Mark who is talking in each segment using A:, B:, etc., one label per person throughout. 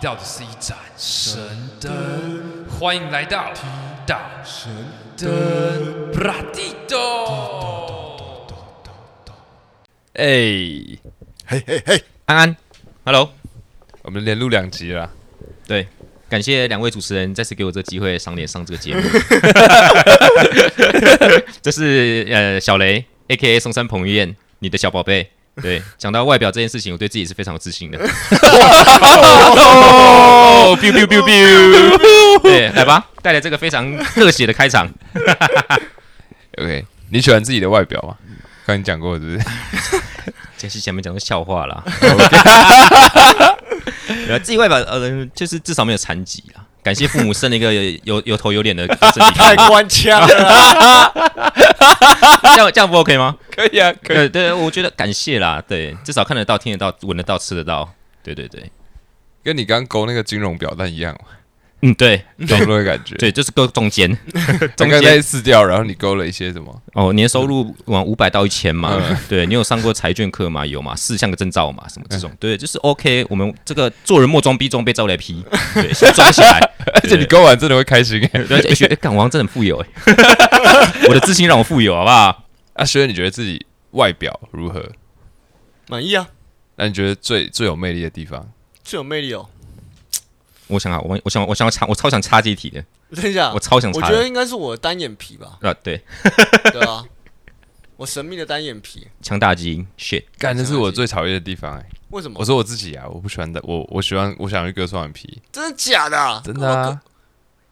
A: 到的是一盏神灯，欢迎来到提到神灯布拉蒂多。哎、
B: 嘿嘿嘿，
C: 安安，h e l l o
A: 我们连录两集了，
C: 对，感谢两位主持人再次给我这个机会赏脸上这个 节目。这是呃小雷，A K A 松山彭于晏，你的小宝贝。对，讲到外表这件事情，我对自己是非常有自信的。 哦，biu biu biu biu，对，来吧，带来这个非常热血的开场。
A: OK，你喜欢自己的外表吗？刚你讲过是不 是？
C: 这是前面讲的笑话 啦。呃，自己外表呃，就是至少没有残疾啦。感谢父母生了一个 有有头有 脸的身体，
B: 太官腔了，
C: 这样这样不 OK 吗？
A: 可以啊，
C: 对对，我觉得感谢啦，对，至少看得到、听得到、闻得到、吃得到，对对对，
A: 跟你刚勾那个金融表单一样 嘛，
C: 嗯，对
A: 差不多的感觉。
C: 对，就是够中间
A: 他
C: 中
A: 刚才
C: 间
A: 撕掉，然后你勾了一些什么？
C: 哦，年收入往五百到一千嘛，
A: 嗯
C: 对你有上过财券课吗？有嘛，四项个证照嘛，什么这
A: 嗯
C: 种，对，就是 OK，我们这个做人莫装逼装，被招来批，对，先装起 来，
A: 而且你勾完真的会开心哎。
C: 对，而且哎学哎干王真的很富有哎， 我的自信让我富有，好不好？
A: 啊，学你觉得自己外表如何？
B: 满意啊，
A: 那你觉得最最有魅力的地方？
B: 最有魅力哦。
C: 我想啊，我我想我想要插，我超想插这一题的，
B: 等一下，
C: 我超想
B: 我
C: 插
B: 觉
C: 的，
B: 得应该是我的单眼皮吧
C: 啊，对，
B: 对啊，我神秘的单眼皮，
C: 强大基因，shit，
A: 干，这是我最讨厌的地方哎。
B: 为什么
A: 我？说我自己啊，我不喜欢的，我我喜欢我想去割双眼皮，
B: 真的假的啊？
A: 真的啊，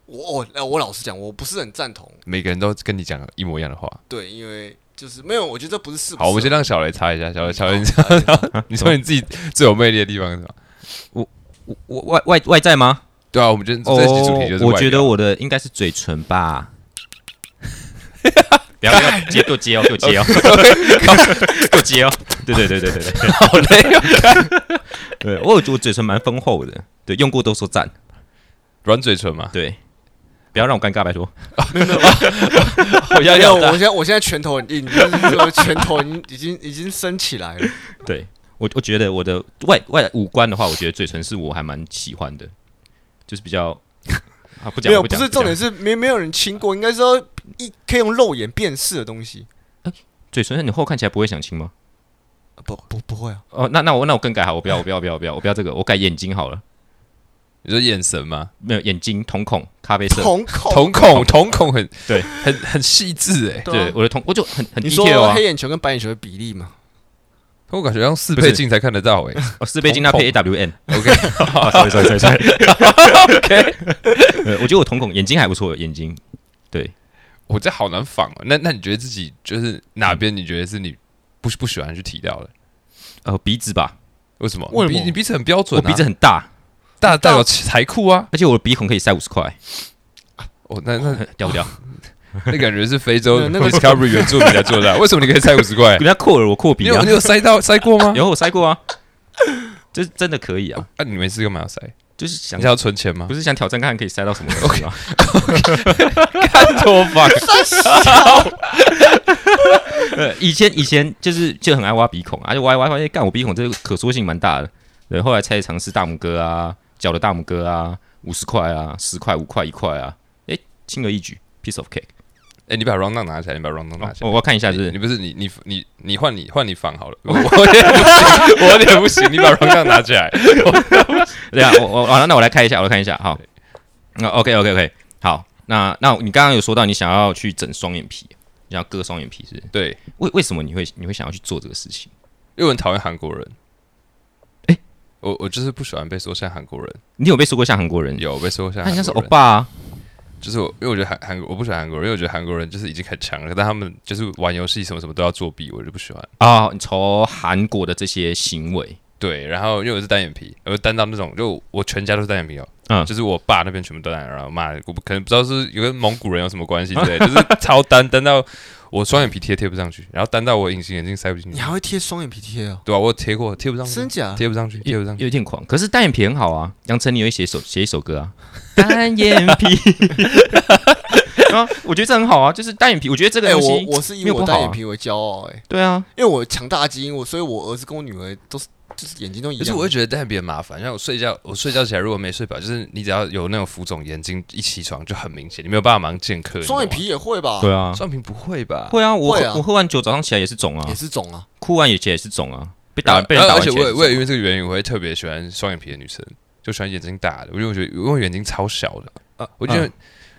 B: 我我呃我老实讲，我不是很赞同，
A: 每个人都跟你讲一模一样的话。
B: 对，因为就是没有，我觉得这不是是不是。
A: 好，我们先让小雷猜一下，小雷，小雷，你
B: 好好好
A: 你说你自己最有魅力的地方是什么？
C: 我我外外外在吗？
A: 对啊，我们今天这期主题就是
C: 哦我
A: 外
C: 觉
A: 表
C: 得我的应该是嘴唇吧。 不要不要接，给我接哦，给我接 哦，给我接哦。 对对对对对对，好哦累。 对我有觉得我嘴唇蛮丰厚的，对，用过都说赞。
A: 软嘴唇嘛，
C: 对，不要让我尴尬，拜托。
A: 哦 我压
B: 没
A: 力
B: 有，
A: 好
B: 我
A: 大
B: 现。在我现在拳头很硬，就是说拳头已经 已经已经升起来了。
C: 对我我觉得我的外外五官的话，我觉得嘴唇是我还蛮喜欢的，就是比较啊不
B: 没
C: 讲
B: 有，
C: 不
B: 不
C: 讲
B: 是
C: 讲
B: 重点是没没有人亲过，应该是要一可以用肉眼辨识的东西。
C: 嘴唇很厚，看起来不会想亲吗？
B: 啊不不不会啊，
C: 哦，那那我那我更改好，我不要我不要我不要我不要我不要这个，我改眼睛好了。
A: 你说眼神吗？
C: 没有眼睛瞳孔咖啡色，
B: 瞳孔
A: 瞳孔，瞳孔很
C: 对
A: 很很细致哎，
B: 对
C: 对
B: 啊
C: 我的瞳我就很很
B: 你说
C: detail 啊
B: 黑，眼球跟白眼球的比例嘛？
A: 我感觉要用四
C: 不是
A: 倍镜才看得到哎。
C: 哦四倍镜它配 AWM。
A: OK，
C: 啊，sorry sorry sorry sorry。OK，我觉得我瞳孔眼睛还不错，眼睛
A: 我这好难仿哦。那那你觉得自己就是哪边？你觉得是你不不喜欢去提到的？
C: 呃鼻子吧，
A: 为什么？
B: 为
A: 你
B: 什
A: 鼻
B: 么
A: 你鼻子很标准
C: 我
A: 啊，
C: 鼻子很大，
A: 大代表财库啊。
C: 而且我的鼻孔可以塞五十块，
A: 哦，那那
C: 掉 不掉？
A: 那感觉是非洲
B: 对那个
A: Discovery 原住民才做的啊。为什么你可以塞五十块？
C: 人家扩耳我扩鼻
A: 你有
C: 啊
A: 你，有塞到塞 过吗？
C: 然后我塞过啊，这真的可以啊，
A: 啊，你没事干嘛要塞？
C: 就是想
A: 你是要存 钱吗
C: 不？是想挑战看看可以塞到什么东西吗？
A: 多棒！
C: 对，以前以前就是就很爱挖鼻孔，而且挖一挖发现，干我鼻孔这个可塑性蛮大的。对，后来才尝试大拇哥啊，脚的大拇哥啊，五十块啊，十块、五块、一块啊，诶，轻而易举，piece of cake。
A: 哎，你把 round down 拿起来，你把 round down 拿起
C: 哦
A: 来。
C: 我要看一下，是不
A: 你
C: 是
A: 你不是你你你你换你换你仿好了， 我我有点不行，我有点不行，你把 round down 拿起来。
C: 对啊，我我好、那我来看一下，我来看一下，好。那 OK OK OK，好，那那你刚刚有说到你想要去整双眼皮，你想要割双眼皮是不是
A: 对，
C: 为为什么你会你会想要去做这个事情？
A: 因为我很讨厌韩国人。
C: 诶
A: 我我就是不喜欢被说像韩国人，
C: 你有被说过像韩国人？
A: 有被说像
C: 他应
A: 韩国
C: 该
A: 人
C: 是欧巴啊，
A: 就是我，因为我觉得韩韩国我不喜欢韩国人，因为我觉得韩国人就是已经很强了，但他们就是玩游戏什么什么都要作弊，我就不喜欢。
C: 啊，你从韩国的这些行为，
A: 对，然后因为我是单眼皮，我就单到那种，就我全家都是单眼皮哦，
C: 嗯
A: 就是我爸那边全部都单眼，然后我妈我不可能不知道是有跟蒙古人有什么关系之 类的，就是超单单到我双眼皮贴贴不上去，然后单到我隐形眼镜塞不进
B: 你
A: 去，
B: 还会贴双眼皮贴哦？
A: 对啊，我有贴过贴不上去，
B: 真假？
A: 贴不上去，贴不上去，
C: 有点狂，可是单眼皮 很好啊。杨丞琳有一写一首写一首歌啊，单眼皮，然后我觉得这很好啊，就是单眼皮，我觉得这个
B: 哎，
C: 东西，
B: 我我是以
C: 没有不
B: 我
C: 好
B: 单眼
C: 啊
B: 皮为骄傲，哎，
C: 对啊，
B: 因为我强大基因，我所以我儿子跟我女儿都是就是眼睛都一
A: 可
B: 样。啊
A: 是我会觉得单眼皮很麻烦，像我睡觉，我睡觉起来如果没睡饱，就是你只要有那种浮肿，眼睛一起床就很明显，你没有办法马上见客。
B: 双眼
A: 你
B: 皮也会吧？
C: 对
A: 懂吗，
C: 啊，
A: 双眼皮不会吧？
C: 会啊，我
B: 会
C: 喝
B: 啊
C: 我喝完酒早上起来也是肿啊
B: 也，是肿啊。
C: 哭完也起来也是肿啊，被
A: 然
C: 打
A: 后
C: 被人打
A: 呃而
C: 完
A: 且
C: 起来
A: 我也
C: 也是
A: 我也
C: 肿啊
A: 因为这个原因，我会特别喜欢双眼皮的女生，就喜欢眼睛大的，因为我觉得因为我眼睛超小的，啊、我觉得、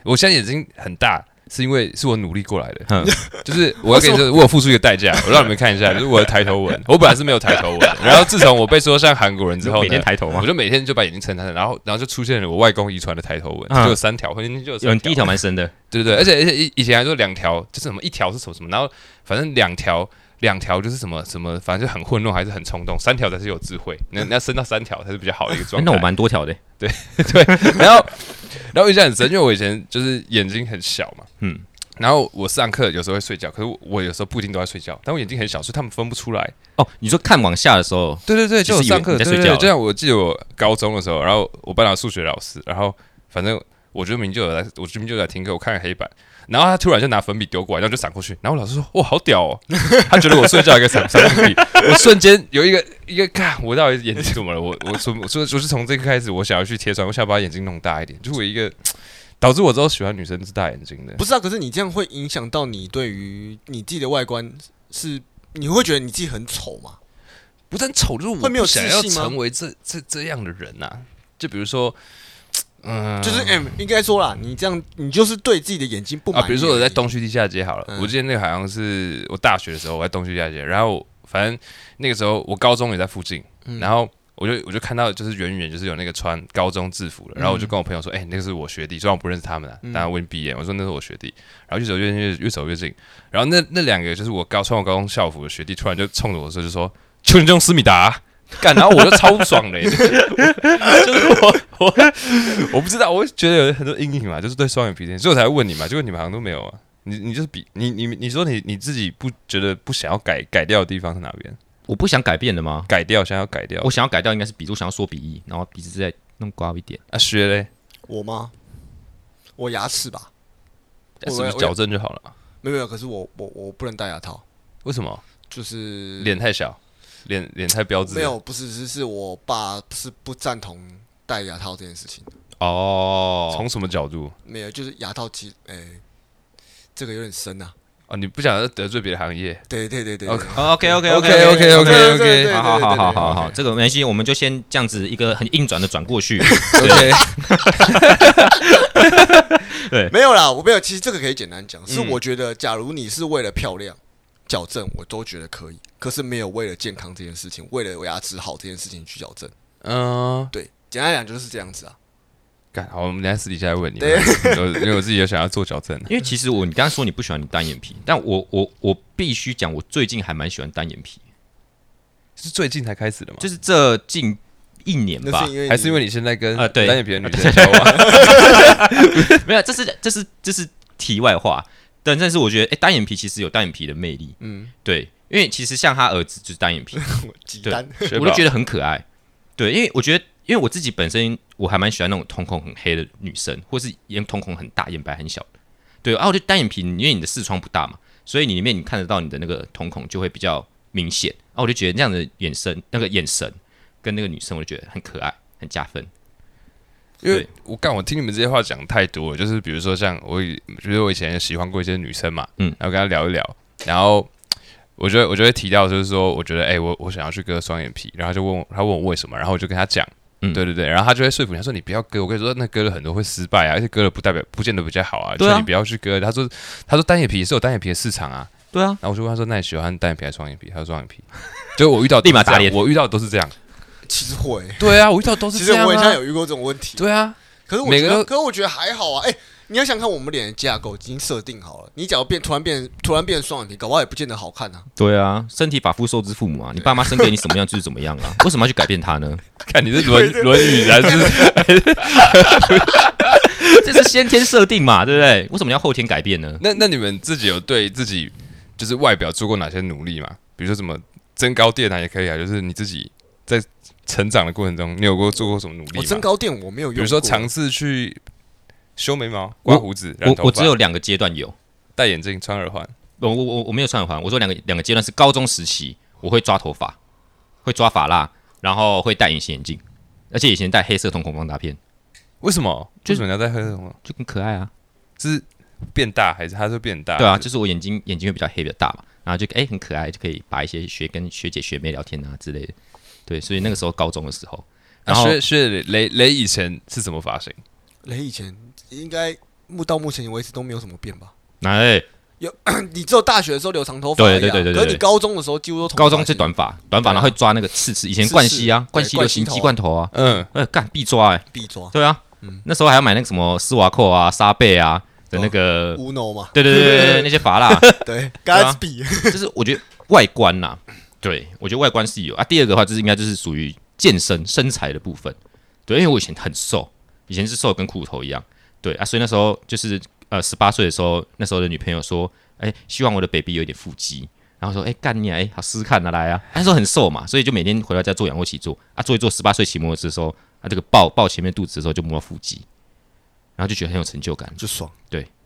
A: 我现在眼睛很大。是因为是我努力过来的，
C: 哼
A: 就是我要给你说，我有付出一个代价，我让你们看一下，就是我的抬头纹，我本来是没有抬头纹，然后自从我被说像韩国人
C: 你
A: 之
C: 知
A: 后
C: 道
A: 呢，
C: 每天抬头吗
A: 我？就每天就把眼睛撑开，然后然后就出现了我外公遗传的抬头纹，
C: 啊
A: 就有三条，我眼睛就有
C: 有
A: 三
C: 人第一条蛮深的，
A: 对对对，而且而且以以前还说两条，就是什么一条是什么什么，然后反正两条两条就是什么什么，反正就很混乱，还是很冲动，三条才是有智慧，那那升到三条才是比较好的一个
C: 哎
A: 状态。
C: 那我蛮多条的，
A: 然后然后印象很深，因为我以前就是眼睛很小嘛，
C: 嗯，
A: 然后我上课有时候会睡觉，可是我我有时候不一定都在睡觉，但我眼睛很小，所以他们分不出来。
C: 哦，你说看往下的时候，
A: 对对对，
C: 其
A: 就
C: 实
A: 我上
C: 以为
A: 课
C: 你在
A: 对
C: 睡
A: 对
C: 觉
A: 对，
C: 了
A: 就像我记得我高中的时候，然后我班长数学老师，然后反正我就明明就有在，我就明明就有在听课，我看看黑板，然后他突然就拿粉笔丢过来，然后就闪过去，然后老师说哇好屌哦，他觉得我睡觉一个闪闪粉笔， 我瞬间有一个一个看我到底眼睛怎么了？我我从我说就是从这个开始，我想要去贴穿，我想把眼睛弄大一点，就是我一个导致我之后喜欢女生是大眼睛的，
B: 不是啊，可是你这样会影响到你对于你自己的外观是，你会觉得你自己很丑吗？
A: 不但丑，就是我
B: 会没有
A: 不想
B: 自
A: 要
B: 信吗
A: 成为这这这样的人呐、啊就比如说。嗯，
B: 就是哎、应该说啦，你这样你就是对自己的眼睛不满意、
A: 啊，比如说我在东区地下街好了，
B: 嗯
A: 我记得那个好像是我大学的时候，我在东区地下街，然后反正那个时候我高中也在附近，
B: 嗯
A: 然后我就我就看到就是远远就是有那个穿高中制服的，然后我就跟我朋友说，哎、那个是我学弟，虽然我不认识他们啊，
B: 嗯
A: 但我已经毕业，我说那是我学弟，然后越走越越越走越近，然后那那两个就是我高穿我高中校服的学弟，突然就冲着我说，就说求你用思密达。啊干，然后我就超不爽的、就是我就是我我我不知道，我觉得有很多阴影嘛，就是对双眼皮这件事，所以我才会问你嘛，结果你们好像都没有啊。你你就是比你你你说你你自己不觉得不想要改改掉的地方是哪边？
C: 我不想改变的吗？
A: 改掉想要改掉
C: 我，想要改掉应该是鼻子，我想要缩鼻翼，然后鼻子再弄高一点。
A: 啊学嘞，
B: 我吗？我牙齿吧，
A: 是
B: 我
A: 不是矫正就好了？
B: 没有没有，可是我我我不能戴牙套，
A: 为什么
B: 就是
A: 脸太小，脸脸太标志？
B: 没有，不是是是我爸是不赞同戴牙套这件事情的，
C: 哦，
A: 从什么角度
B: 没有，就是牙套其哎、这个有点深啊，
A: 啊？你不想得罪别的行业
B: 对对对对
A: OK，
C: OK OK
A: OK OK
B: 对对
A: OK
B: 对
C: 好好好好好好，
A: OK
C: 这个没关系，我们就先这样子一个很硬转的转过去。
A: OK，
B: 没有啦，我没有。其实这个可以简单讲，是
C: 嗯
B: 我觉得，假如你是为了漂亮矫正，我都觉得可以。可是没有为了健康这件事情，为了我牙齿好这件事情去矫正。
A: 嗯，
B: 对，简单来讲就是这样子啊。
A: 改好，我们等一下私底下再问你，
B: 对
A: 我因为我自己也想要做矫正。
C: 因为其实我你刚刚说你不喜欢你单眼皮，但我我我必须讲，我最近还蛮喜欢单眼皮，
A: 是最近才开始的吗？
C: 就是这近一年
B: 那
C: 吧
B: 是，因为
A: 还是因
B: 为
A: 为你现在跟
C: 啊对
A: 单眼皮的女生交往？
C: 没有，这是这是这是题外话。但但是我觉得，哎、单眼皮其实有单眼皮的魅力，
B: 嗯，
C: 对，因为其实像他儿子就是单 眼皮，
B: 鸡
C: 对
B: 蛋
C: 我就觉得很可爱。对，因为我觉得，因为我自己本身我还蛮喜欢那种瞳孔很黑的女生，或是眼瞳孔很大、眼白很小的。对，啊，我觉得单眼皮，因为你的视窗不大嘛，所以你里面你看得到你的那个瞳孔就会比较明显。啊，我就觉得那样的眼神、那个眼神跟那个女生，我就觉得很可爱，很加分。
A: 因为
C: 对
A: 我干，我听你们这些话讲太多了，就是比如说像我以，觉得我以前喜欢过一些女生嘛，
C: 嗯
A: 嗯，然后跟她聊一聊，然后我觉得我就会提到就是说，我觉得哎、我我想要去割双眼皮，然后她就问我，她问我为什么，然后我就跟她讲，
C: 嗯
A: 对对对，然后她就会说服你，她说你不要割，我跟你说那割了很多会失败啊，而且割了不代表不见得比较好啊，
C: 对
A: 就
C: 啊
A: 是你不要去割，她说她说单眼皮也是有单眼皮的市场啊，
C: 对啊，
A: 然后我就问她说那你喜欢单眼皮还是双眼皮？她说双眼皮，就我遇到都是
C: 立马打
A: 这样
C: 脸
A: 我遇到的都是这样，
B: 其实会，
A: 对啊，我遇到的都
B: 其
A: 是
B: 实
A: 这样
B: 我以前
A: 啊，
B: 有遇过这种问题。
A: 对啊，
B: 可是我
A: 每
B: 觉
A: 个
B: 得，
A: 都
B: 可是我觉得还好啊。哎，你要想看我们脸的架构已经设定好了，你假如变突然变突然变双眼皮，搞不好也不见得好看啊。
C: 对啊，身体发肤受之父母啊，你爸妈生给你什么样就是怎么样 啊，为什么要去改变它呢？
A: 看你是轮轮椅还是
C: 这是先天设定嘛，对不对？为什么要后天改变呢？
A: 那那你们自己有对自己就是外表做过哪些努力吗？比如说什么增高垫啊，也可以啊，就是你自己在成长的过程中，你有过做过什么努力
B: 我
A: 吗？
B: 增高垫我没有用过，
A: 比如说尝试去修眉毛、刮胡子、染
C: 我
A: 头发，
C: 我只有两个阶段有，
A: 戴眼镜、穿耳环。
C: 我我我我没有穿耳环，我说两个两个阶段是高中时期，我会抓头发，会抓发蜡，然后会戴隐形眼镜，而且以前戴黑色瞳孔放大片，
A: 为什么？
C: 就是
A: 为什么你要戴黑色瞳孔？
C: 就很可爱啊。
A: 是变大还是它是变大？
C: 对啊，就是我眼睛眼睛会比较黑比较大嘛，然后就哎、很可爱，就可以把一些学跟学姐学妹聊天啊之类的。对，所以那个时候高中的时候，
A: 啊。
C: 然后、
A: 所所以雷雷以前是什么发型？
B: 雷以前应该目到目前为止都没有什么变 吧？
C: 哎，
B: 你只有大学的时候留长头发而已啊，
C: 对对对对对
B: 可是你高中的时候几乎都同
C: 高中
B: 发
C: 是
B: 型
C: 短发，短发
B: 对啊
C: 然后会抓那个刺刺，以前
B: 刺
C: 冠希啊
B: 刺，
C: 冠
B: 对
C: 希
B: 冠
C: 流
B: 希
C: 行
B: 头
C: 鸡
B: 啊
C: 罐头啊，
A: 嗯，
C: 呃，干必抓哎、
B: 必抓
C: 对啊，
B: 嗯
C: 那时候还要买那个什么丝袜扣啊、沙贝啊的
B: 哦
C: 那个，
B: 乌诺嘛，
C: 对对对对 对，那些啊发蜡，
B: 对，跟比
C: 就是我觉得外观呐、对我觉得外观是有啊。第二个的话，就是应该就是属于健身身材的部分，对，因为我以前很瘦，以前是瘦得跟骷髅头一样，对啊，所以那时候就是呃十八岁的时候，那时候的女朋友说，哎、希望我的 baby 有一点腹肌。然后说，哎、干你啊，哎、好试试看啊，来啊！那时候很瘦嘛，所以就每天回到家做仰卧起坐啊，做一做。十八岁骑摩托车的时候，啊，这个抱抱前面肚子的时候就摸到腹肌，然后就觉得很有成就感。
B: 就爽。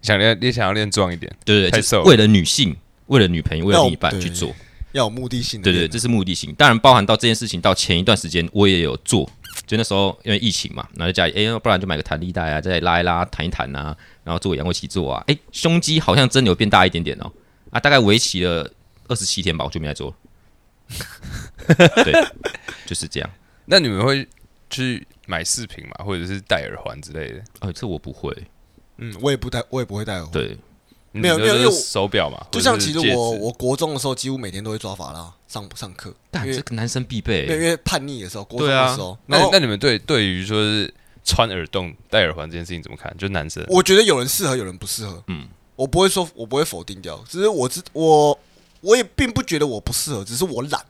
A: 想练，你想要练壮一点，
C: 对对
A: 太
C: 对，
A: 瘦
C: 就
A: 了
C: 为了女性，为了女朋友，为了
B: 那我
C: 另一半
B: 对
C: 去做。
B: 要有目的性的
C: 对
B: 练，
C: 对，这是目的性。当然包含到这件事情，到前一段时间我也有做，就那时候因为疫情嘛，然后在家里，哎、要不然就买个弹力带啊，在家里拉一拉、弹一弹啊，然后做个仰卧起坐啊，哎、胸肌好像真的有变大一点点哦。啊，大概为期了二十七天吧，我就没再做了。 对，就是这样。
A: 那你们会去买饰品嘛，或者是戴耳环之类的？
C: 哦，这我不会。
B: 嗯，我也不戴，我也不会戴耳环。
C: 对，
B: 没有
A: 你
B: 没有
A: 就是
B: 因为我
A: 手表嘛，或
B: 就
A: 者
B: 像
A: 是
B: 其实
A: 戒指
B: 我我国中的时候，几乎每天都会抓法拉上上课，
C: 但
B: 因为
C: 这个男生必
B: 因为因
C: 备。
B: 为叛逆的时候，国中
C: 对啊
B: 的时候，
A: 那
B: 然后
A: 那你们对对于说是穿耳洞、戴耳环这件事情怎么看？就男生，
B: 我觉得有人适合，有人不适合。嗯，我不会说，我不会否定掉，只是我知我我也并不觉得我不适合，只是我懒，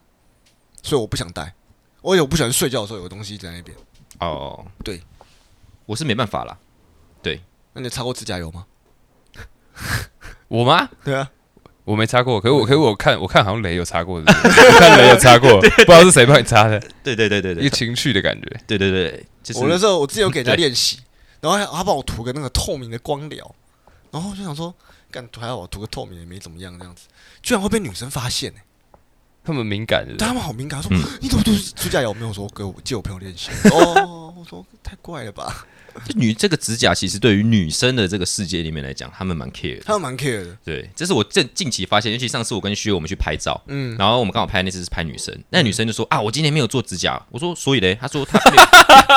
B: 所以我不想戴。而且我不喜欢睡觉的时候有个东西在那边。
C: 哦，
B: 对，
C: 我是没办法啦。
B: 那你有擦过指甲油吗？
A: 我吗？
B: 对啊，
A: 我没擦过，可是
B: 嗯
A: 我可是我看我看好像雷有擦过的， 我看雷有擦过，不知道是谁帮你擦的，
C: 对对对对
A: 一个，情绪的感觉。
C: 对对对，就是
B: 我那时候我之前有给人家
C: 对
B: 练习，然后他他帮我涂个那个透明的光疗，然后我就想说，干还好我涂个透明的没怎么样这样子，居然会被女生发现、欸
A: 他们敏感的，
B: 对他啊们好敏感，说、
C: 嗯
B: 你怎么涂指甲油？没有说给我借我朋友练习。哦，我说太怪了吧？
C: 就女这个指甲，其实对于女生的这个世界里面来讲，她们蛮 care 的。
B: 他们蛮 care 的，
C: 对，这是我近近期发现，尤其上次我跟徐友我们去拍照，
B: 嗯，
C: 然后我们刚好拍那次是拍女生，那女生就说啊，我今天没有做指甲。我说所以嘞，她说她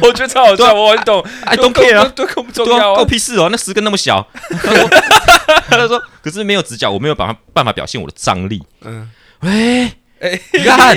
A: 我觉得超好笑，我很懂
C: I don't care 啊，
A: 都更不重
C: 对啊，
A: 要
C: 关我
A: 啊。
C: 屁事哦，那十根那么小。她说 她说可是没有指甲，我没有办法办法表现我的张力。
B: 嗯，
C: 喂，
A: 哎，
C: 你看，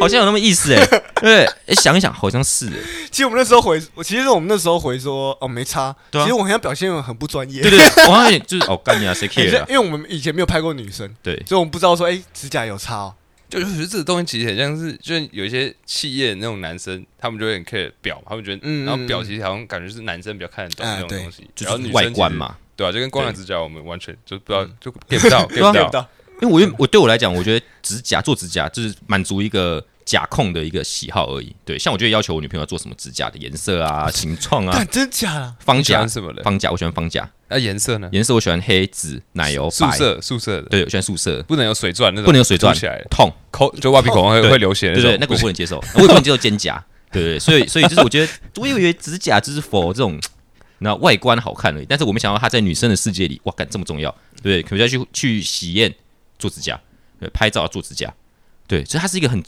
C: 好像有那么意思哎，对，哎想一想好像是哎，
B: 其实我们那时候回，我其实我们那时候回说，哦，没差。
C: 对啊
B: 其实我好像表现得很不专业，
C: 对对，对我好像也就是哦干你啊，谁
A: 哎
B: 因
C: care
B: 为
C: 啊？
B: 因为我们以前没有拍过女生，
C: 对，
B: 所以我们不知道说，哎、指甲有差哦。
A: 就就是这个东西其实很像是，就是有一些企业那种男生，他们就会很 care 表，他们觉得，
B: 嗯嗯
A: 然后表其实好像感觉是男生比较看得懂
B: 哎
A: 那种
B: 对
A: 东西，
C: 就
A: 然后
C: 是
A: 女
C: 外
A: 生
C: 观
A: 其实，
C: 嘛。
A: 对啊，就跟光
C: 对
A: 良指甲我们完全就不知道，
B: 嗯
A: 就 get 不到
C: 啊
A: ，get
B: 看
A: 不到。
B: 不到，
C: 因为我原我对我来讲，我觉得指甲做指甲就是满足一个甲控的一个喜好而已。对，像我就会要求我女朋友做什么指甲的颜色 啊、形状啊、
B: 看真假啦？
C: 方
A: 你喜
C: 甲
A: 欢、什么的？
C: 方甲，我喜欢方甲
A: 那颜色呢？
C: 颜色，我喜欢黑、紫、奶油、
A: 素
C: 白。
A: 色素色的，
C: 对，我喜欢素色，
A: 不能有水钻那种，
C: 不能有水钻
A: 凸起来的，
C: 痛，
A: 口就挖鼻孔会
C: 对
A: 会流血
C: 对
A: 那
C: 对
A: 种
C: 对，。那个
A: 不
C: 我
A: 行
C: 不能接受， 我也不能接受肩胛。对对，对 所以所以就是我觉得，我以为指甲就是否这种。那外观好看而已，但是我没想到它在女生的世界里，哇，感这么重要，对，可能要去去喜宴做指甲，对，拍照做指甲，对，所以它是一个很，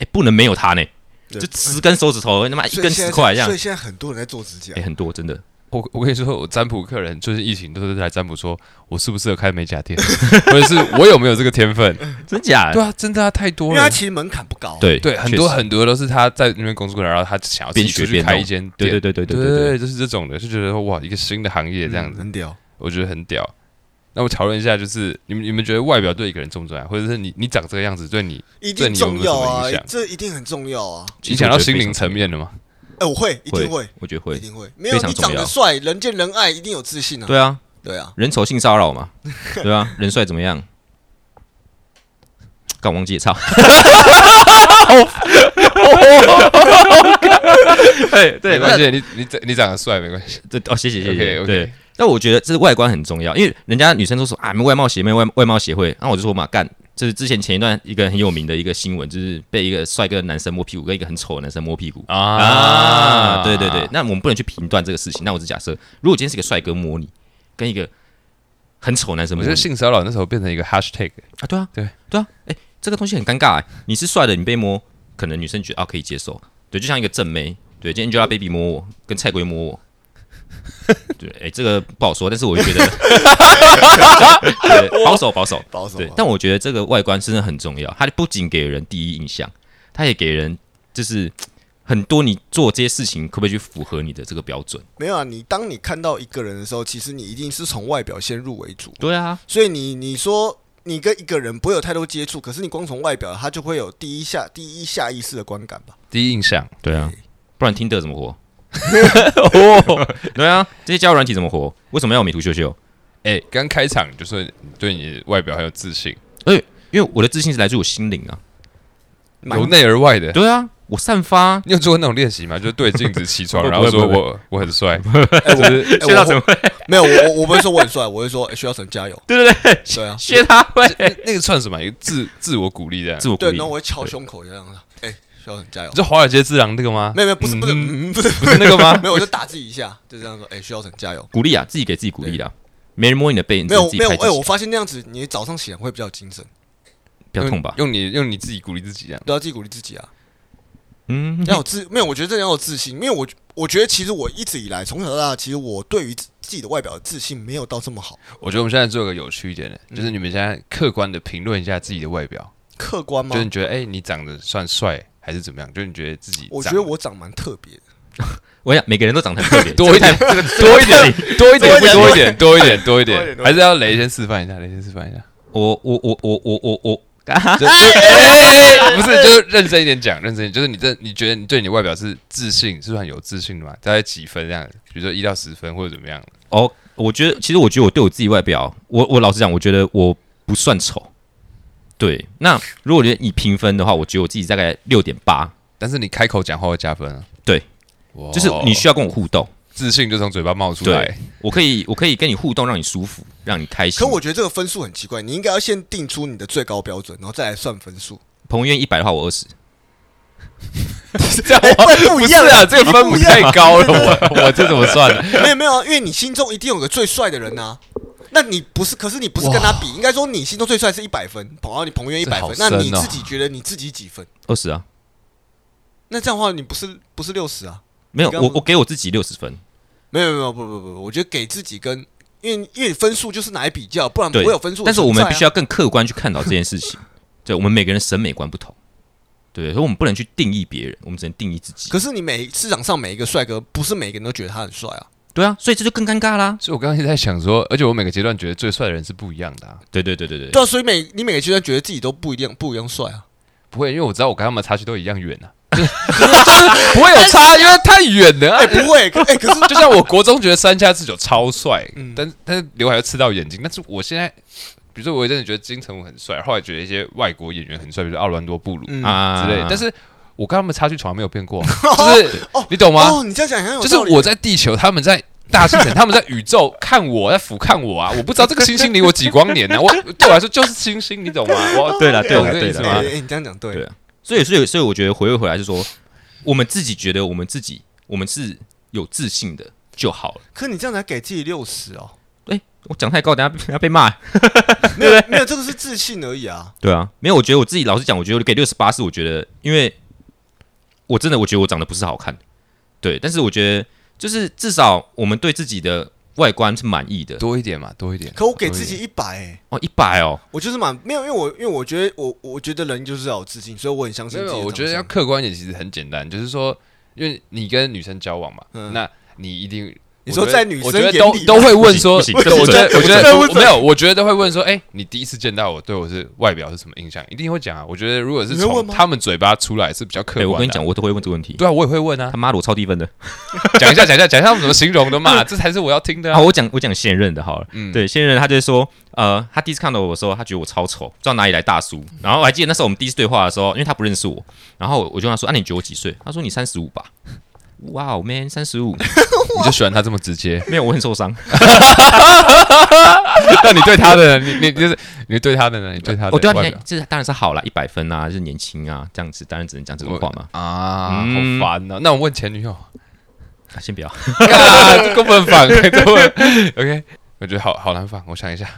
C: 哎、不能没有它呢，
B: 对
C: 就十根手指头，他妈一
B: 所以
C: 根
B: 现
C: 十
B: 在
C: 块这样
B: 所以，现在很多人在做指甲
C: 哎、，很多真的，
A: 我我跟你说，我占卜客人就是疫情都是来占卜，说我适不适合开美甲店， 或者是我有没有这个天分？
C: 真假？
A: 对啊，真的啊，太多
B: 因为它
A: 了。
B: 其实门槛不高。，啊
C: 对
A: 对，很多
C: 哎确实
A: 很多都是他在那边工作，然后他想要自己
C: 边学
A: 出去
C: 边
A: 开
C: 弄
A: 一间
C: 对
A: 店。
C: 对对对
A: 对
C: 对对嗯
A: 就是这种的，就觉得说哇，一个新的行业这样子，
B: 很嗯屌。
A: 我觉得很屌。那我讨论一下，就是你们你们觉得外表对一个人重不重要，或者是你你长这个样子对你
B: 一
A: 对
B: 定
A: 你有没有
B: 重
A: 什
B: 要
A: 么
B: 啊
A: 影响！
B: 这一定很重要啊！
C: 其
A: 影
C: 实
A: 响
C: 我觉
A: 到
C: 得
A: 心
C: 非
A: 灵
C: 常
A: 层面的吗？
B: 哎、我会，一定
C: 会
B: 会，
C: 我觉得
B: 一
C: 会，
B: 定会。没有
C: 非常
B: 你长
C: 重要
B: 得帅，人见人爱，一定有自信啊！
C: 对啊，
B: 对啊，
C: 人丑性骚扰嘛，对啊，人帅怎么样？干，我忘记了操，对对，
A: 没关
C: 那
A: 系，你你长你长得帅没关系。
C: 这哦，谢谢谢谢。
A: OK，OK
C: 对，但我觉得这是外观很重要，因为人家女生都说啊，外貌协会，外外貌协会，然后我就说嘛，干，这是之前前一段一个很有名的一个新闻，就是被一个帅哥的男生摸屁股，跟一个很丑的男生摸屁股。啊，对对对，，那我们不能去评断这个事情。那我只假设，如果今天是一个帅哥摸你，跟一个很丑的男生
A: 我
C: 摸
A: 觉
C: 你
A: 得性骚扰那时候变成一个 hashtag，
C: 啊，对啊，
A: 对
C: 对啊，哎、这个东西很尴尬、欸。你是帅的，你被摸，可能女生觉得啊可以接受，对，就像一个正妹，对，今天 Angelababy 摸我，跟蔡圭摸我， 对，哎、这个不好说，但是我就觉得 对保守保守，
B: 保守
C: 对
B: 吧，，
C: 但我觉得这个外观真的很重要，它不仅给人第一印象，它也给人就是很多你做这些事情可不可以去符合你的这个标准？
B: 没有啊。你当你看到一个人的时候，其实你一定是从外表先入为主，
C: 对啊，
B: 所以你你说你跟一个人不会有太多接触，可是你光从外表，他就会有第一下第一下意识的观 感吧？
A: 第一印象，
C: 对啊，不然听的怎么活？哦，对啊，这些交友软体怎么活？为什么要有美图秀秀？
A: 哎，刚开场就说你对你外表很有自信，
C: 因为我的自信是来自我心灵啊。
B: 蛮
A: 由内而外的。
C: 对啊，我散发。
A: 你有做过那种练习吗？就是对镜子起床，
C: 不会
A: 然后说
C: 不会不
A: 我我很 帅，
B: 哎，我哎
C: 薛大成
B: 我
C: 会，
B: 没有我我我不会说我很帅，我会说哎薛耀成加油。
C: 对对对，
B: 对啊，
C: 薛他会
A: 那个算什么？一个自自我鼓励的。
C: 自我鼓
B: 对，
C: 励
B: 然后。我会敲胸口这样子，哎薛耀成加油
A: 你。是华尔街之狼那个吗？
B: 没有没有，不是不是嗯不是
A: 不是那个吗？
B: 没有，我就打自己一下，就这样说，哎薛耀成加油。
C: 鼓励啊，自己给自己鼓励啦。没人摸你的 背，你
B: 没
C: 只能
B: 有
C: 自己
B: 没有，
C: 拍自
B: 哎、我
C: 己，
B: 发现那样子，你早上起来会比较有精神，
C: 不要痛吧？
A: 用你用你自己鼓励自己这样。
B: 都要自己鼓励自己啊，
C: 嗯，
B: 要有自没有，我觉得这要有自信，因为我我觉得其实我一直以来从小到大，其实我对于自自己的外表的自信没有到这么好，
A: 我觉得我们现在做个有趣一点的，就是你们现在客观的评论一下自己的外表，
B: 客观吗
A: 就是？你觉得哎，你长得算帅还是怎么样？就是你觉得自己长，
B: 我觉得我长蛮特别的，
C: 我想每个人都长得很特别，
A: 多一点，
C: 这个太，这个
A: 多一点，多一点，多
B: 多
A: 一
B: 一
A: 点，多一点，多一
B: 多一
A: 点，
B: 点多一点
A: 还是要雷先示范一下，雷先示范一下。
C: 我我我我我我我，
A: 就哎不是，就是认真一点讲，认真一点，就是你这你觉得你对你的外表是自信，是很有自信的嘛？大概几分这样？比如说一到十分或者怎么样？
C: 哦，我觉得其实我觉得我对我自己外表，我我老实讲，我觉得我不算丑。对，那如果觉得以评分的话，我觉得我自己大概六点八，
A: 但是你开口讲话会加分啊。
C: 对
B: 哦
A: 哇，
C: 就是你需要跟我互动，
A: 自信就从嘴巴冒出来
C: 对。我可以我可以跟你互动，让你舒服，让你开心。
B: 可我觉得这个分数很奇怪，你应该要先定出你的最高标准，然后再来算分数，
C: 彭于晏一百的话，我二十。
A: 这样
B: 哎 不然不一样
A: 是啊，这个
B: 不
A: 分不
B: 一样啊
A: 太高了，我我这怎么算？
B: 没有没有啊，因为你心中一定有个最帅的人呐、那你不是，可是你不是跟他比，应该说你心中最帅是一百分，跑到你彭于晏一
A: 这
B: 百
A: 好
B: 分，那你
A: 深哦
B: 自己觉得你自己几分？
C: 二十啊，
B: 那这样的话，你不是不是六十啊？
C: 没有，
B: 你刚
C: 我我给我自己六十分，
B: 没有没有不不不，不我觉得给自己跟因为因为分数就是拿来比较，不然不
C: 对
B: 会有分数、
C: 但是我们必须
B: 要，
C: 要更客观去看到这件事情。 对，我们每个人审美观不同，对，所以我们不能去定义别人，我们只能定义自己。
B: 可是你每市场上每一个帅哥，不是每个人都觉得他很帅啊。
C: 对啊，所以这就更尴尬啦。
A: 所以我刚刚一直在想说，而且我每个阶段觉得最帅的人是不一样的、啊，
C: 对对对对对，
B: 对啊，所以每你每个阶段觉得自己都不一样，不一样帅啊。
A: 不会，因为我知道我跟他们差距都一样远啊，就是 不会有差，因为太远了、
B: 哎、
A: 啊。
B: 不会，可哎、可是
A: 就像我国中觉得三下智久超帅，
B: 嗯
A: 但但是刘海又刺到眼睛，但是我现在。比如说，我真的觉得金城武很帅，后来觉得一些外国演员很帅，比如说奥兰多·布鲁
B: 嗯
C: 啊
A: 之类的。但是我跟他们差距从来没有变过，啊 就是你懂吗？
B: 哦，你这样讲很有
A: 就是
B: 道理
A: 我在地球，他们在大气层，他们在宇宙看我，在俯瞰我啊！我不知道这个星星离我几光年呢、我对我来说就是星星，你懂吗？我
C: 对啦对啦
A: 懂这个
C: 对
A: 意
C: 啦
A: 思
B: 哎、
A: 吗
B: 哎？哎你这样讲对，
C: 对所以所以所以我觉得回味回来是说，我们自己觉得我们自己我们是有自信的就好了。
B: 可你这样才给自己六十哦，
C: 哎，我讲太高，等下等下被骂。
B: 没有没有，这个是自信而已啊。
C: 对啊，没有，我觉得我自己老实讲，我觉得给六十八是我觉得，因为我真的我觉得我长得不是好看，对，但是我觉得就是至少我们对自己的外观是满意的。
A: 多一点嘛，多一点。
B: 可我给自己一百、哎，
C: 哦，一百哦，
B: 我就是蛮没有，因为我因为我觉得我我觉得人就是要有自信，所以我很相信
A: 没
B: 自己的
A: 有，我
B: 长相。
A: 觉得要客观一点，其实很简单，就是说，因为你跟女生交往嘛，
B: 嗯
A: 那你一定
B: 你说在女
A: 我
B: 生
A: 觉
B: 眼
A: 得
B: 里
A: 都
B: 吗
A: 都会问说，
C: 不行不行
A: 对我觉得
B: 这
A: 我
B: 不
A: 觉得
B: 准这不
A: 我
B: 准
A: 没有，我觉得都会问说，哎，你第一次见到我，对我是外表是什么印象？一定会讲啊。我觉得如果是
B: 你会问
A: 从
B: 吗
A: 他们嘴巴出来是比较客
C: 对，
A: 观的啊。
C: 我跟你讲，我都会问这个问题。
A: 对啊，我也会问啊
C: 他。妈的，我超低分的。
A: 讲一下，讲一下，讲一下他们怎么形容的
B: 嗯
A: 嘛，这才是我要听的啊
C: 好，。我讲我讲现任的好了。
A: 嗯
C: 对，现任他就说，呃，他第一次看到我的时候，他觉得我超丑，不知道哪里来大叔。然后我还记得那时候我们第一次对话的时候，因为他不认识我，然后我就跟他说，啊，你觉得我几岁？他说你三十五吧。哇、哦 m a n 三十五，？
A: 你就喜欢他这么直接
C: 没有，我很受伤。
A: 啊那你对他的，你你就是你对他的呢？你对他的
C: 我哦对他
A: 外
C: 现
A: 表
C: 在这当然是好啦，一百分啊，就是年轻啊，这样子当然只能讲这种话嘛。
A: 啊，
C: 嗯
A: 好烦啊！那我问前女友，
C: 啊先不要，
A: 啊， 这根本 反，根本 OK。我觉得好好难反，我想一下，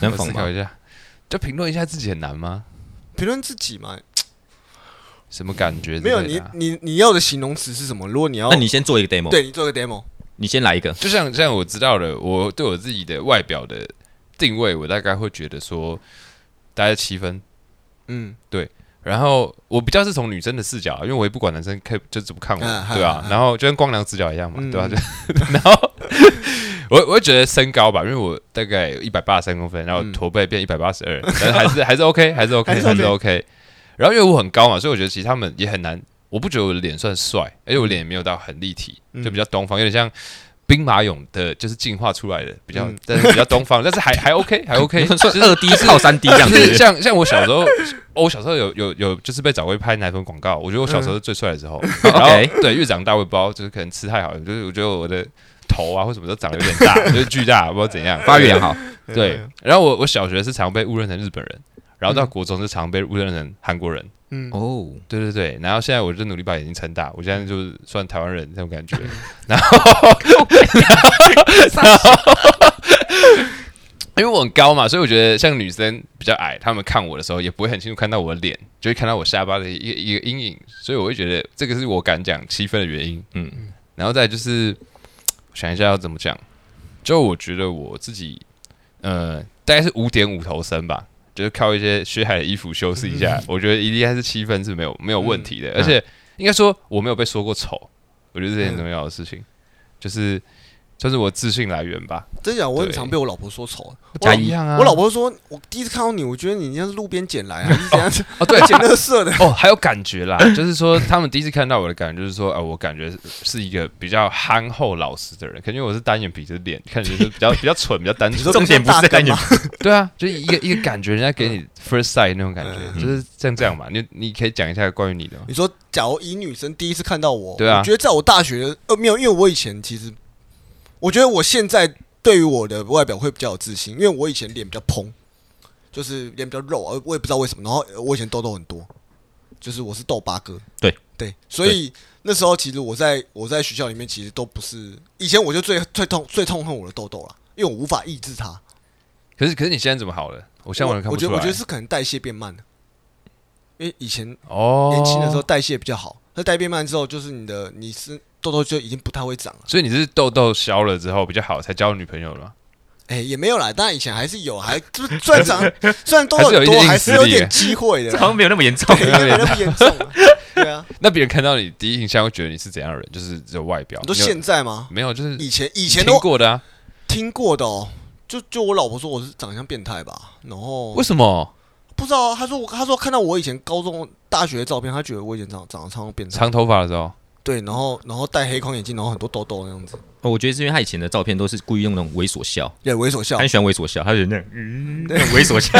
C: 能
A: 我
C: 否
A: 思
C: 吗
A: 考？一下，就评论一下自己很难吗？
B: 评论自己嘛？
A: 什么感觉之
B: 没有
A: 类
B: 你
A: 的啊？
B: 你你要的形容词是什么？如果你要
C: 那你先做一个 demo，
B: 对你做个 demo，
C: 你先来一个。
A: 就像像我知道了，我对我自己的外表的定位，我大概会觉得说大概七分，
B: 嗯，
A: 然后我比较是从女生的视角，因为我也不管男生看就怎么看我，
B: 嗯
A: 对吧、
B: 嗯嗯
A: 然后就跟光良视角一样嘛，
B: 嗯
A: 对吧、啊就 然后我我会觉得身高吧，因为我大概一百八十三公分，然后
B: 嗯
A: 驼背变一百八十 二，但是还是还是 OK，还是 OK，
B: 还是 OK
A: 还是 OK。然后因为我很高嘛，所以我觉得其实他们也很难，我不觉得我的脸算帅，而且我脸也没有到很立体，
B: 嗯
A: 就比较东方，有点像。兵马俑的，就是进化出来的，比较，
B: 嗯
A: 但是比较东方，但是还还 OK，还 OK，
C: 你 说二 D 靠三 D 这样
A: 就
C: 子，
A: 是像像我小时候，哦我小时候有有有就是被找过去拍奶粉广告，我觉得我小时候是最帅 的时候。然
C: 嗯
A: 后
C: OK
A: 对，越长大我也不知道，就是可能吃太好了，就是我觉得我的头啊或什么都长得有点大，就是巨大，不知道怎样
C: 发育良。好。
A: 对，然后我我小学是常被误认成日本人，然后到国中是常被误认成韩国人。
B: 嗯，
C: 哦，
A: 对对对，然后现在我就努力把眼睛撑大，我现在就是算台湾人那种感觉。 然后， 因为我很高嘛，所以我觉得像女生比较矮，她们看我的时候也不会很清楚看到我的脸，就会看到我下巴的一个一个阴影，所以我会觉得这个是我敢讲七分的原因。
C: 嗯
A: 嗯，然后再来就是我想一下要怎么讲，就我觉得我自己呃大概是五点五头身吧，就是靠一些血海的衣服修饰一下，我觉得应该是七分是没有没有问题的，而且应该说我没有被说过丑，我觉得这是很重要的事情，就是就是我自信来源吧，
B: 真啊讲我很
A: 对
B: 常被我老婆说丑，
A: 加
B: 我
A: 一样啊，
B: 我老婆说，我第一次看到你，我觉得你像是路边捡来啊还是怎样
A: 哦对。
B: 捡 垃圾 啊的。
A: 哦，还有感觉啦，就是说他们第一次看到我的感觉，就是说，啊，我感觉是是一个比较憨厚老实的人，可能因为我是单眼皮，就是脸看起来就是比较比较蠢，比较单
B: 你
A: 纯
B: 说。
C: 重点不是在
B: 跟
C: 你
B: 像大
A: 对啊，就是一个一个感觉，人家给你 first sight 那种感觉，
B: 嗯
A: 就是像这样嘛。你你可以讲一下关于你的吗
B: 你说，假如以女生第一次看到我，
A: 对啊
B: 我觉得在我大学呃没有，因为我以前其实，我觉得我现在对于我的外表会比较有自信，因为我以前脸比较嘭，就是脸比较肉啊，我也不知道为什么。然后呃我以前痘痘很多，就是我是痘八哥，
C: 对
B: 对，所以那时候其实我在我在学校里面其实都不是，以前我就最最痛最痛恨我的痘痘了，因为我无法抑制它。
A: 可是可是你现在怎么好了？我现在完全看
B: 我
A: 不
B: 觉
A: 出
B: 得
A: 来。
B: 我觉得是可能代谢变慢了，因为以前
A: 哦，
B: 年轻的时候，代谢比较好，那代谢变慢之后，就是你的你是痘痘就已经不太会长了。
A: 所以你是痘痘消了之后比较好才交女朋友的吗？
B: 哎、也没有啦，当然以前还是有，还就是虽然 长，虽然痘
A: 还
B: 痘
A: 是有一
B: 很
A: 定
B: 多，
A: 的
B: 还是
A: 实
B: 有
A: 力
B: 点机会的
C: 这
B: 啦。
C: 好像没有那么严重
B: 对，。因为没那么严重啊。对啊，
A: 那别人看到你第一印象会觉得你是怎样的人？就是这外表。
B: 你说
A: 你有
B: 现在吗？
A: 没有，就是
B: 以前以
A: 以
B: 前
A: 听
B: 都
A: 过的啊？
B: 听过的哦。就就我老婆说我是长相变态吧，然后
A: 为什么
B: 不知道啊，她说我她说看到我以前高中大学的照片，她觉得我以前长长得超变态，
A: 长头发的时候？
B: 对，然后然后戴黑框眼镜，然后很多痘痘那样子，
C: 哦我觉得是因为他以前的照片都是故意用那种猥琐笑，
B: 也猥琐
C: 他
B: 笑
C: 很，喜欢猥琐笑，他就那种嗯那种猥琐笑，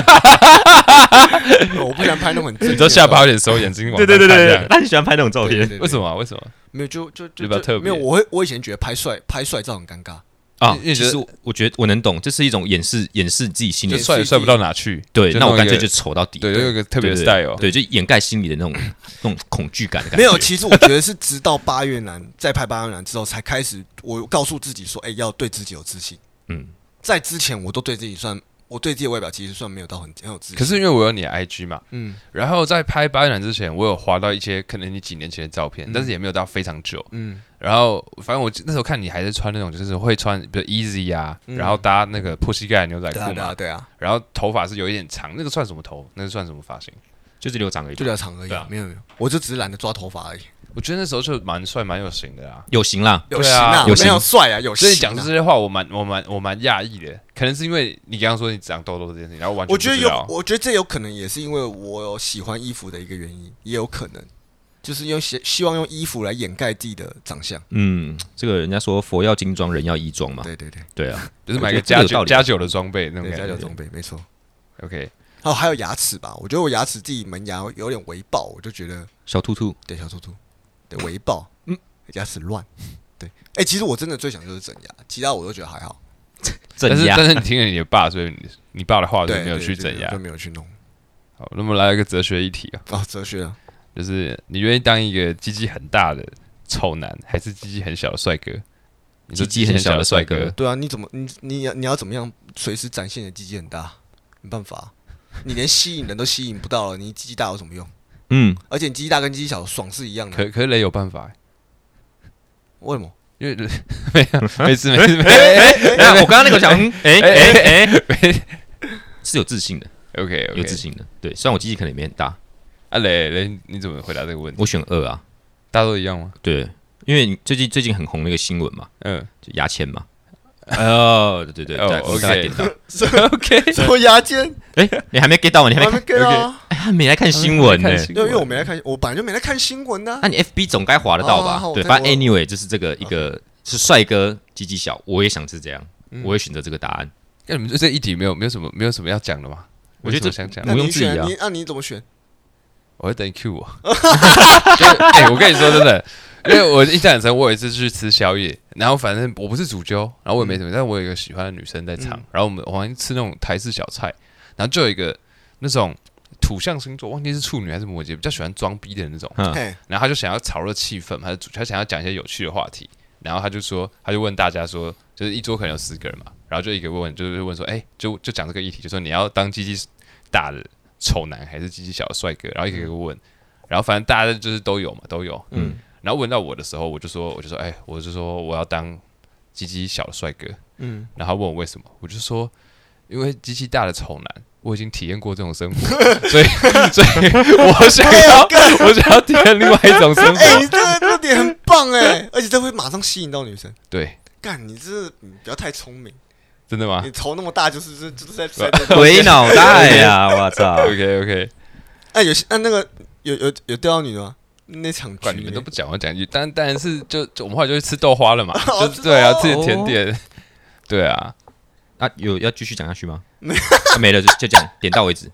B: 我不喜欢拍那种很正
A: 你知
B: 面
A: 道
B: 的
A: 下巴有点收，眼睛往上
C: 对对对
A: 看这
C: 对
A: 样
C: 对，他很喜欢拍那种照
B: 对对
C: 片。
B: 对 对
A: 为什么啊？为什么
B: 没有，就就
A: 就
B: 就
A: 比较特别
B: 没有。我会，我以前觉得拍帅拍帅照很尴尬，
A: 啊？
C: 其
A: 因为觉
C: 实
A: 得
C: 我我觉得我能懂，这是一种掩饰掩饰自己心里
A: 就
B: 对
A: 帅也
B: 是
A: 帅不到哪去。
C: 对，那我
A: 弄一
C: 干
A: 个
C: 脆就丑到底，
A: 对，就有一个
C: 特
A: 特别的 style。
C: 对，就掩盖心里的那种那种恐惧感的感觉。
B: 没有。其实我觉得是直到八月男再拍八月男之后，才开始我告诉自己说，哎、要对自己有自信。
C: 嗯，
B: 在之前我都对自己算，我对自己的外表其实算没有到很很有自信。
A: 可是因为我有你的 IG 嘛，
B: 嗯，
A: 然后在拍《八月男》之前，我有划到一些可能你几年前的照
C: 嗯
A: 片，但是也没有到非常久。
B: 嗯，
A: 然后反正我那时候看你还是穿那种，就是会穿比如 easy 啊，然后搭那个破膝盖的牛仔
B: 嗯
A: 裤
B: 对啊，对
A: 嘛
B: 啊，，对啊，
A: 然后头发是有一点长，那个算什么头？那个算什么发型？
C: 就是留长而已
B: 就。留长而已，
A: 对啊
B: 没有没有，我就只是懒得抓头发而已。
A: 我觉得那时候就蛮帅蛮有型的啊。
C: 有型啦，
B: 有
A: 对
B: 型
A: 啊
B: 啊，
C: 有
B: 没有
C: 型
B: 帅啊，有型
A: 所
B: 啊。
A: 以你讲这些话，我蛮我蛮我蛮讶异的，可能是因为你刚刚说你长痘痘这件事情，然后完全
B: 我觉得
A: 不知
B: 有
A: 道，
B: 我觉得这有可能也是因为我有喜欢衣服的一个原因，也有可能就是用希希望用衣服来掩盖自己的长相。
C: 嗯，这个人家说佛要金装，人要衣装嘛，
B: 对对对，
C: 对啊，
A: 就是买
C: 我觉
A: 个
C: 得
A: 加
C: 这个有道
A: 九
C: 理
A: 加九的装备那种
B: 对，家
A: 感
B: 有
A: 觉。
B: 装备没错。
A: OK，
B: 哦，还有牙齿吧，我觉得我牙齿自己门牙有点微爆，我就觉得
C: 小兔兔，
B: 对小兔兔，对微爆，嗯，牙齿乱，对。哎、其实我真的最想就是整牙，其他我都觉得还好。
C: 镇
A: 但是
C: 压
A: 但是你听了你的爸，所以你你爸的话，所
B: 对
A: 以，没有
B: 对
A: 去
B: 哦就
A: 整牙
B: 就。没有去弄。
A: 好，那么来一个哲学议题啊，
B: 哦，哲学啊，
A: 就是你愿意当一个鸡鸡很大的臭男，还是鸡鸡很小的帅哥？你说
C: 鸡鸡很小
A: 的
C: 的帅
A: 哥
C: 哥，
B: 对啊，你怎么你你要你要怎么样随时展现你的鸡鸡很大？没办法啊、你连吸引人都吸引不到了，你鸡鸡大有什么用？
C: 嗯，
B: 而且你鸡鸡大跟鸡鸡小爽是一样的，
A: 可可是雷有办法欸，
B: 为什么？
A: 因为 没有，没事没事没事
C: 哎那我刚刚那 个讲，哎哎哎，是有自信的，
A: ，OK
C: 有
A: OK，
C: 自信的，对，虽然我鸡鸡可能也没很大，
A: 啊雷雷，你怎么回答这个问题？
C: 我选二啊，
A: 大家都一样吗？
C: 对，因为你最近最近很红那个新闻嘛，
A: 嗯
C: 就牙签嘛，哦，对对对，
A: 哦
C: 大概我大概
A: OK
C: 点到，
A: ，OK，
B: 什么牙尖？
C: 哎，你还没 get 到我，你还
B: 我还
C: 没
B: 没
C: 看，
B: 跟啊，
C: 哎，还没来看新闻呢
A: 看。新
B: 欸因为因为我
A: 闻
B: 没在看，我本来就没在看新闻的啊、
C: 那你 FB 总该划得到吧
B: 哦好？
C: 对，
B: 我
C: 反正
B: 我
C: anyway 就是这个一个是帅哥，鸡鸡小，我也想是这样，我会选择这个答 案。
A: 那哎你们这这一题没有没有什么没有什么要讲的吗？
C: 我觉得
A: 没
C: 这
A: 有什么想讲的，
B: 那
C: 毋庸
B: 你
C: 置疑啊
B: 选你那、你怎么选？
A: 我会等你 Q 我。，Oh, 就是哎、我跟你说真的，因为我印象很深，我有一次去吃宵夜，然后反正我不是主揪，然后我也没什么，但我有一个喜欢的女生在场，然后我们我好像吃那种台式小菜，然后就有一个那种土象星座，忘记是处女还是摩羯，比较喜欢装逼的那种，
C: 嗯，
B: 嘿，
A: 然后他就想要炒热气氛，他就主他想要讲一些有趣的话题，然后他就说，他就问大家说，就是一桌可能有四个人嘛，然后就一个问，就是问说，哎、就就讲这个议题，就说你要当鸡鸡大的丑男还是鸡鸡小的帅哥，然后一个一个问，然后反正大家就是都有嘛，都有，嗯，然后问到我的时候，我就说，我就说，哎、我就说我要当鸡鸡小的帅哥，
B: 嗯，
A: 然后他问我为什么，我就说，因为机器大的丑男，我已经体验过这种生活，所以所以我想要 我想要体验另外一种 生
B: 哎、
A: 活。
B: 你这个这点很棒哎、而且这会马上吸引到女生。
A: 对，
B: 干，你这你不要太聪明，
A: 真的吗
B: 你头那么大就是这就是在在在。
C: 鬼脑袋 呀！我操！
A: ？OK OK，
B: 哎，有些哎那个有有有钓到女的吗？那场局
A: 管你们
B: 里
A: 都
B: 面
A: 不讲，我讲一句，当当然是就就我们后来就去吃豆花 了嘛，
B: 哦
A: 就是对啊，
B: 是
A: 吃
B: 哦
A: 点甜点，对啊，
C: 啊，有要继续讲下 去吗？啊没了，就就讲点到为止。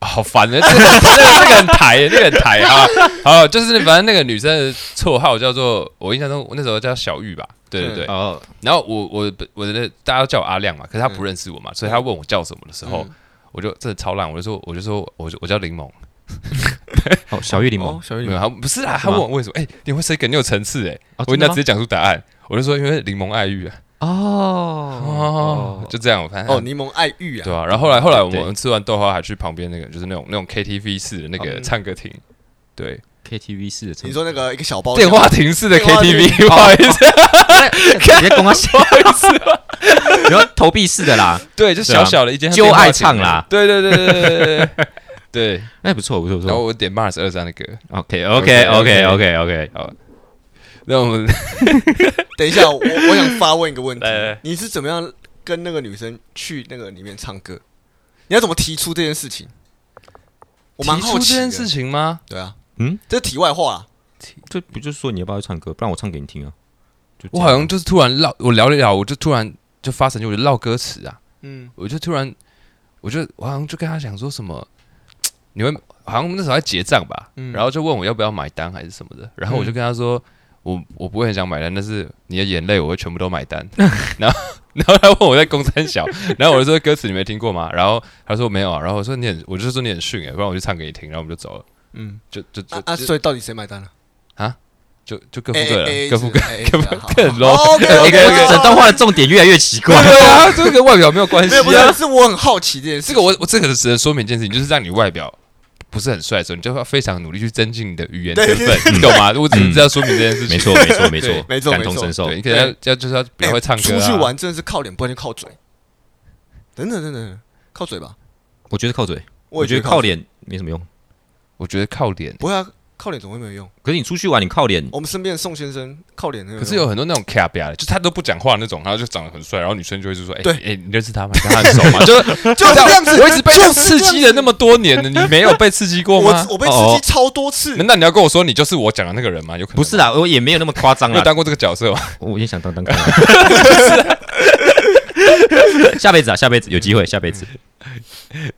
A: 好烦 的，这个这个很台， 那个很台啊。好，就是反正那个女生的绰号叫做，我印象中我那时候叫小玉吧，对对
B: 嗯
A: 对，
C: 哦，
A: 然后我我我的大家都叫我阿亮嘛，可是他不认识我嘛，所以他问我叫什么的时候，我就真的超烂，我就说我就说我就我叫柠檬，
C: 哦，小玉柠
B: 哦
C: 檬，
B: 小
A: 没
B: 玉
A: 有他不是啊，他问我为什么？哎、你会谁梗？你有层次哎、
C: 哦
A: 我
C: 真
A: 跟
C: 的
A: 他
C: 吗
A: 直接讲出答案，我就说因为柠檬爱玉啊，
C: 哦
A: 就这样，我反正
B: 哦，柠檬爱玉啊，
A: 对啊，然后后来后来我
C: 对
A: 们吃完豆花还去旁边那个就是那种那种 KTV 式的那个唱歌厅，对，
C: KTV 式的
B: 你
C: 场景，
B: 说那个一个小包
A: 哦电话亭哦式的
B: 电话亭
A: KTV，不好意思，
C: 直接跟我笑 死了。你说投币式的啦，
A: 哦对，就小小的一间
C: 对啊
A: 电话
C: 就爱
A: 亭
C: 唱啦
A: 对对对对对对对 对对，
C: 那哎不错不错不
A: 然后
C: 错。
A: 我点 Mars 二三的歌。
C: OK OK OK OK OK，
A: 那我们
B: 等一下，我我想发问一个问题
A: 来来，
B: 你是怎么样跟那个女生去那个里面唱歌？你要怎么提出这件事情？我蛮
A: 提
B: 好
A: 出
B: 奇
A: 这件
B: 的
A: 事情吗？
B: 对啊，
C: 嗯，
B: 这题外话啦。
C: 这不就是说你要不要唱歌？不然我唱给你听啊。就这
A: 我
C: 样
A: 好像就是突然唠，我聊一聊，我就突然就发神经，我就唠歌词啊，
B: 嗯，
A: 我就突然，我就我好像就跟他讲说什么，你们好像那时候在结账吧，
B: 嗯
A: 然后就问我要不要买单还是什么的，然后我就跟他说。我我不会很想买单，但是你的眼泪我会全部都买单。然后然后他问我在公三小，然后我就说歌词你没听过吗？然后他说没有啊，然后我说你很，我就说你很逊哎、不然我就唱给你听，然后我们就走了。
B: 嗯
A: 嗯，就就就
B: 啊啊，所以到底谁买单了？
A: 就就各付各
B: 哎
A: 的，各付各的。
B: 各付
A: 各很 low
B: OK
C: 哎
B: OK
C: 这个
B: OK，
C: 整段话的重点越来越奇怪。
A: 对啊，这个跟外表没有关系
B: 没有不
A: 啊
B: 是，。是我很好奇这件事。
A: 这个我我这个只能说明一件事情，就是让你外表不是很帅的时候，你就要非常努力去增进你的语言天分，你懂吗？我只是要说明这件事情。
C: 没错没错没错
A: 对
B: 没错
C: 感同
B: 嗯没错哎
C: 身受
A: 对，。你可能要要就是要比较会唱歌啊
B: 出去，玩真的是靠脸，不然就靠嘴。等等等等，靠嘴吧。
C: 我觉得靠嘴，
B: 我也
C: 觉得
B: 靠
C: 靠，脸没什么用。
A: 我觉得靠脸
B: 不会啊，靠脸怎么会没有用？
C: 可是你出去玩，你靠脸，
B: 我们身边的宋先生靠脸很有用，
A: 可是有很多那种卡比亚的，就他都不讲话那种，然后就长得很帅，然后女生就会就说：“哎、
B: 对
A: 哎、你认识他吗？跟他很熟 吗？”就是
B: 就是这样子，
A: 我一直被
B: 就
A: 他
B: 是这
A: 刺
B: 样
A: 激了那么多年了，你没有被刺激过吗
B: 我？我被
C: 哦
B: 刺激啊超多次，
A: 难道你要跟我说你就是我讲的那个人吗？有可能
C: 不是啦，我也没有那么夸张
A: 没有
C: 啦。
A: 当过这个角色吗？
C: 我也想当当 看。下辈子啊，下辈子有机会，下辈子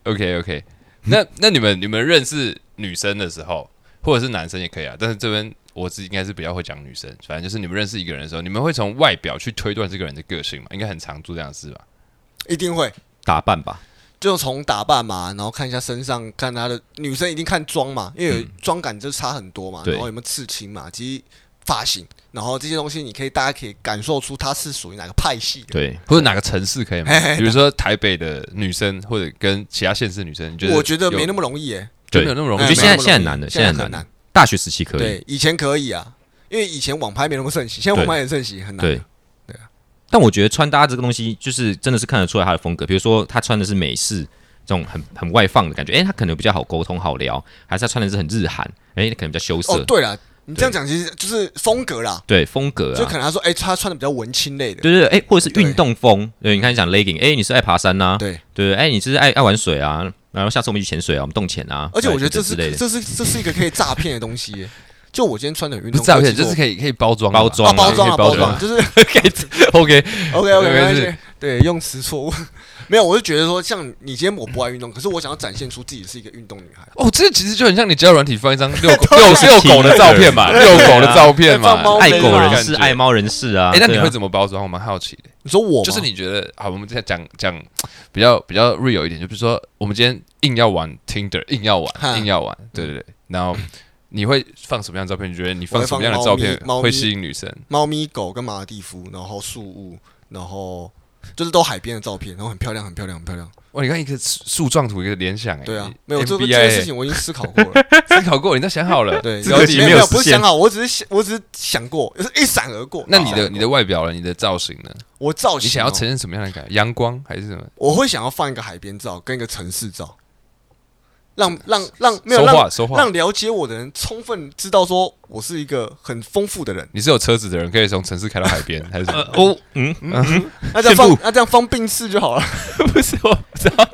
A: OK OK，那 那你们你们认识女生的时候，或者是男生也可以啊，但是这边我是应该是比较会讲女生，反正就是你们认识一个人的时候，你们会从外表去推断这个人的个性嘛？应该很常做这样的 事吧？
B: 一定会。
C: 打扮吧。
B: 就从打扮嘛，然后看一下身上，看他的女生一定看妆嘛，
A: 嗯
B: 因为有妆感就差很多嘛，
C: 对
B: 然后有没有刺青嘛，及发型，然后这些东西你可以大家可以感受出他是属于哪个派系的。
C: 对，
A: 或者哪个城市可以吗
B: 嘿嘿？
A: 比如说台北的女生，或者跟其他县市的女生，你觉得有？
B: 我觉得没那
A: 么
B: 么容易耶、
A: 就没有那么
B: 我
A: 容
C: 我觉
A: 易
C: 得
A: 吗。
C: 现在
B: 没有那么
C: 现在
B: 容易
C: 很难的，
B: 现在
C: 在很
B: 很
C: 难
B: 难。
C: 大学时期可以，
B: 对，以前可以啊，因为以前网拍没那么盛行，现在
C: 对
B: 网拍很盛行，很难。啊
C: 对，但我觉得穿搭这个东西，就是真的是看得出来他的风格。比如说他穿的是美式这种很很外放的感觉，诶，他可能比较好沟通好聊；还是他穿的是很日韩，诶，可能比较羞
B: 哦
C: 涩。，
B: 对了，你这样讲其实就是风格啦，
C: 对，风格
B: 就
C: 啊
B: 可，能他说，哎、他穿的比较文青类的，
C: 对对对，诶，或者是
B: 对
C: 运动风。对，你看你讲 legging，诶，你是爱爬山呐、
B: 对。
C: 对，哎，你是不是爱爱玩水啊？然后下次我们去潜水啊，我们洞潜啊。
B: 而且我觉
C: 对
B: 得这
C: 之
B: 是
C: 类的
B: 这是这是一个可以诈骗的东西耶、就我今天穿的运
A: 不
B: 动
A: 是诈
B: 裤，
A: 骗，
B: 其实
A: 这
B: 我
A: 是可以可以包装的
C: 包
A: 嘛
C: 装
B: 啊，包装
A: 可以
B: 啊，
A: 包
B: 包
A: 装
B: 装，
A: 啊。
B: 就是
A: OK，
B: OK OK，
A: 没
B: 没
A: 关
B: 关
A: 系
B: 系。对，用词错误，没有，我就觉得说，像你今天我不爱运动，可是我想要展现出自己是一个运动女孩，
A: 哦，这其实就很像你交友软体放一张 遛
B: 啊
A: 狗遛遛狗的照片嘛，遛狗的照片嘛
B: 哎放，
C: 啊
B: 猫啊
C: 爱狗人
A: 感
C: 士、
A: 觉
C: 爱。猫人士啊。
A: 哎，那你
C: 对啊
A: 会怎么包装？我蛮好奇的，
B: 你说我吗
A: 就是，你觉得好，我们再讲讲比较比较 real 一点，就比如说我们今天硬要玩 Tinder，硬要
B: 哈嗯
A: 玩，硬要玩，对对对，然后。你会放什么样的照片？你觉得你
B: 我
A: 放
B: 会
A: 什么
B: 放
A: 样的
B: 猫
A: 照
B: 咪
A: 片
B: 猫
A: 会
B: 咪
A: 吸引女生？
B: 猫咪、狗跟马尔蒂夫，然后树屋，然后就是都海边的照片，然后很漂亮，很漂亮，很漂亮。
A: 哇，你看一个树树状图，一个联想、哎，
B: 对啊，没有这个
A: MBA
B: 这件事情我已经思考过了，
A: 思考过，你都想好了。
B: 对，
C: 标题
B: 没
C: 没有
B: 没有
C: 实
B: 不是
C: 现
B: 想好，我只是想，我只是想过，就是一闪而过。
A: 那你的
B: 啊
A: 你的外表了，你的造型呢？
B: 我造型哦，
A: 你想要呈现什么样的感觉？阳光还是什么？
B: 我会想要放一个海边照跟一个城市照，让让让没有
A: 说
B: 让
A: 话说话
B: 让。了解我的人充分知道说我是一个很丰富的人。
A: 你是有车子的人，可以从城市开到海边，还是什么
C: 呃，哦，嗯，
B: 那这样放
C: 羡慕
B: 那这样放病逝就好了。
A: 不是我不知道。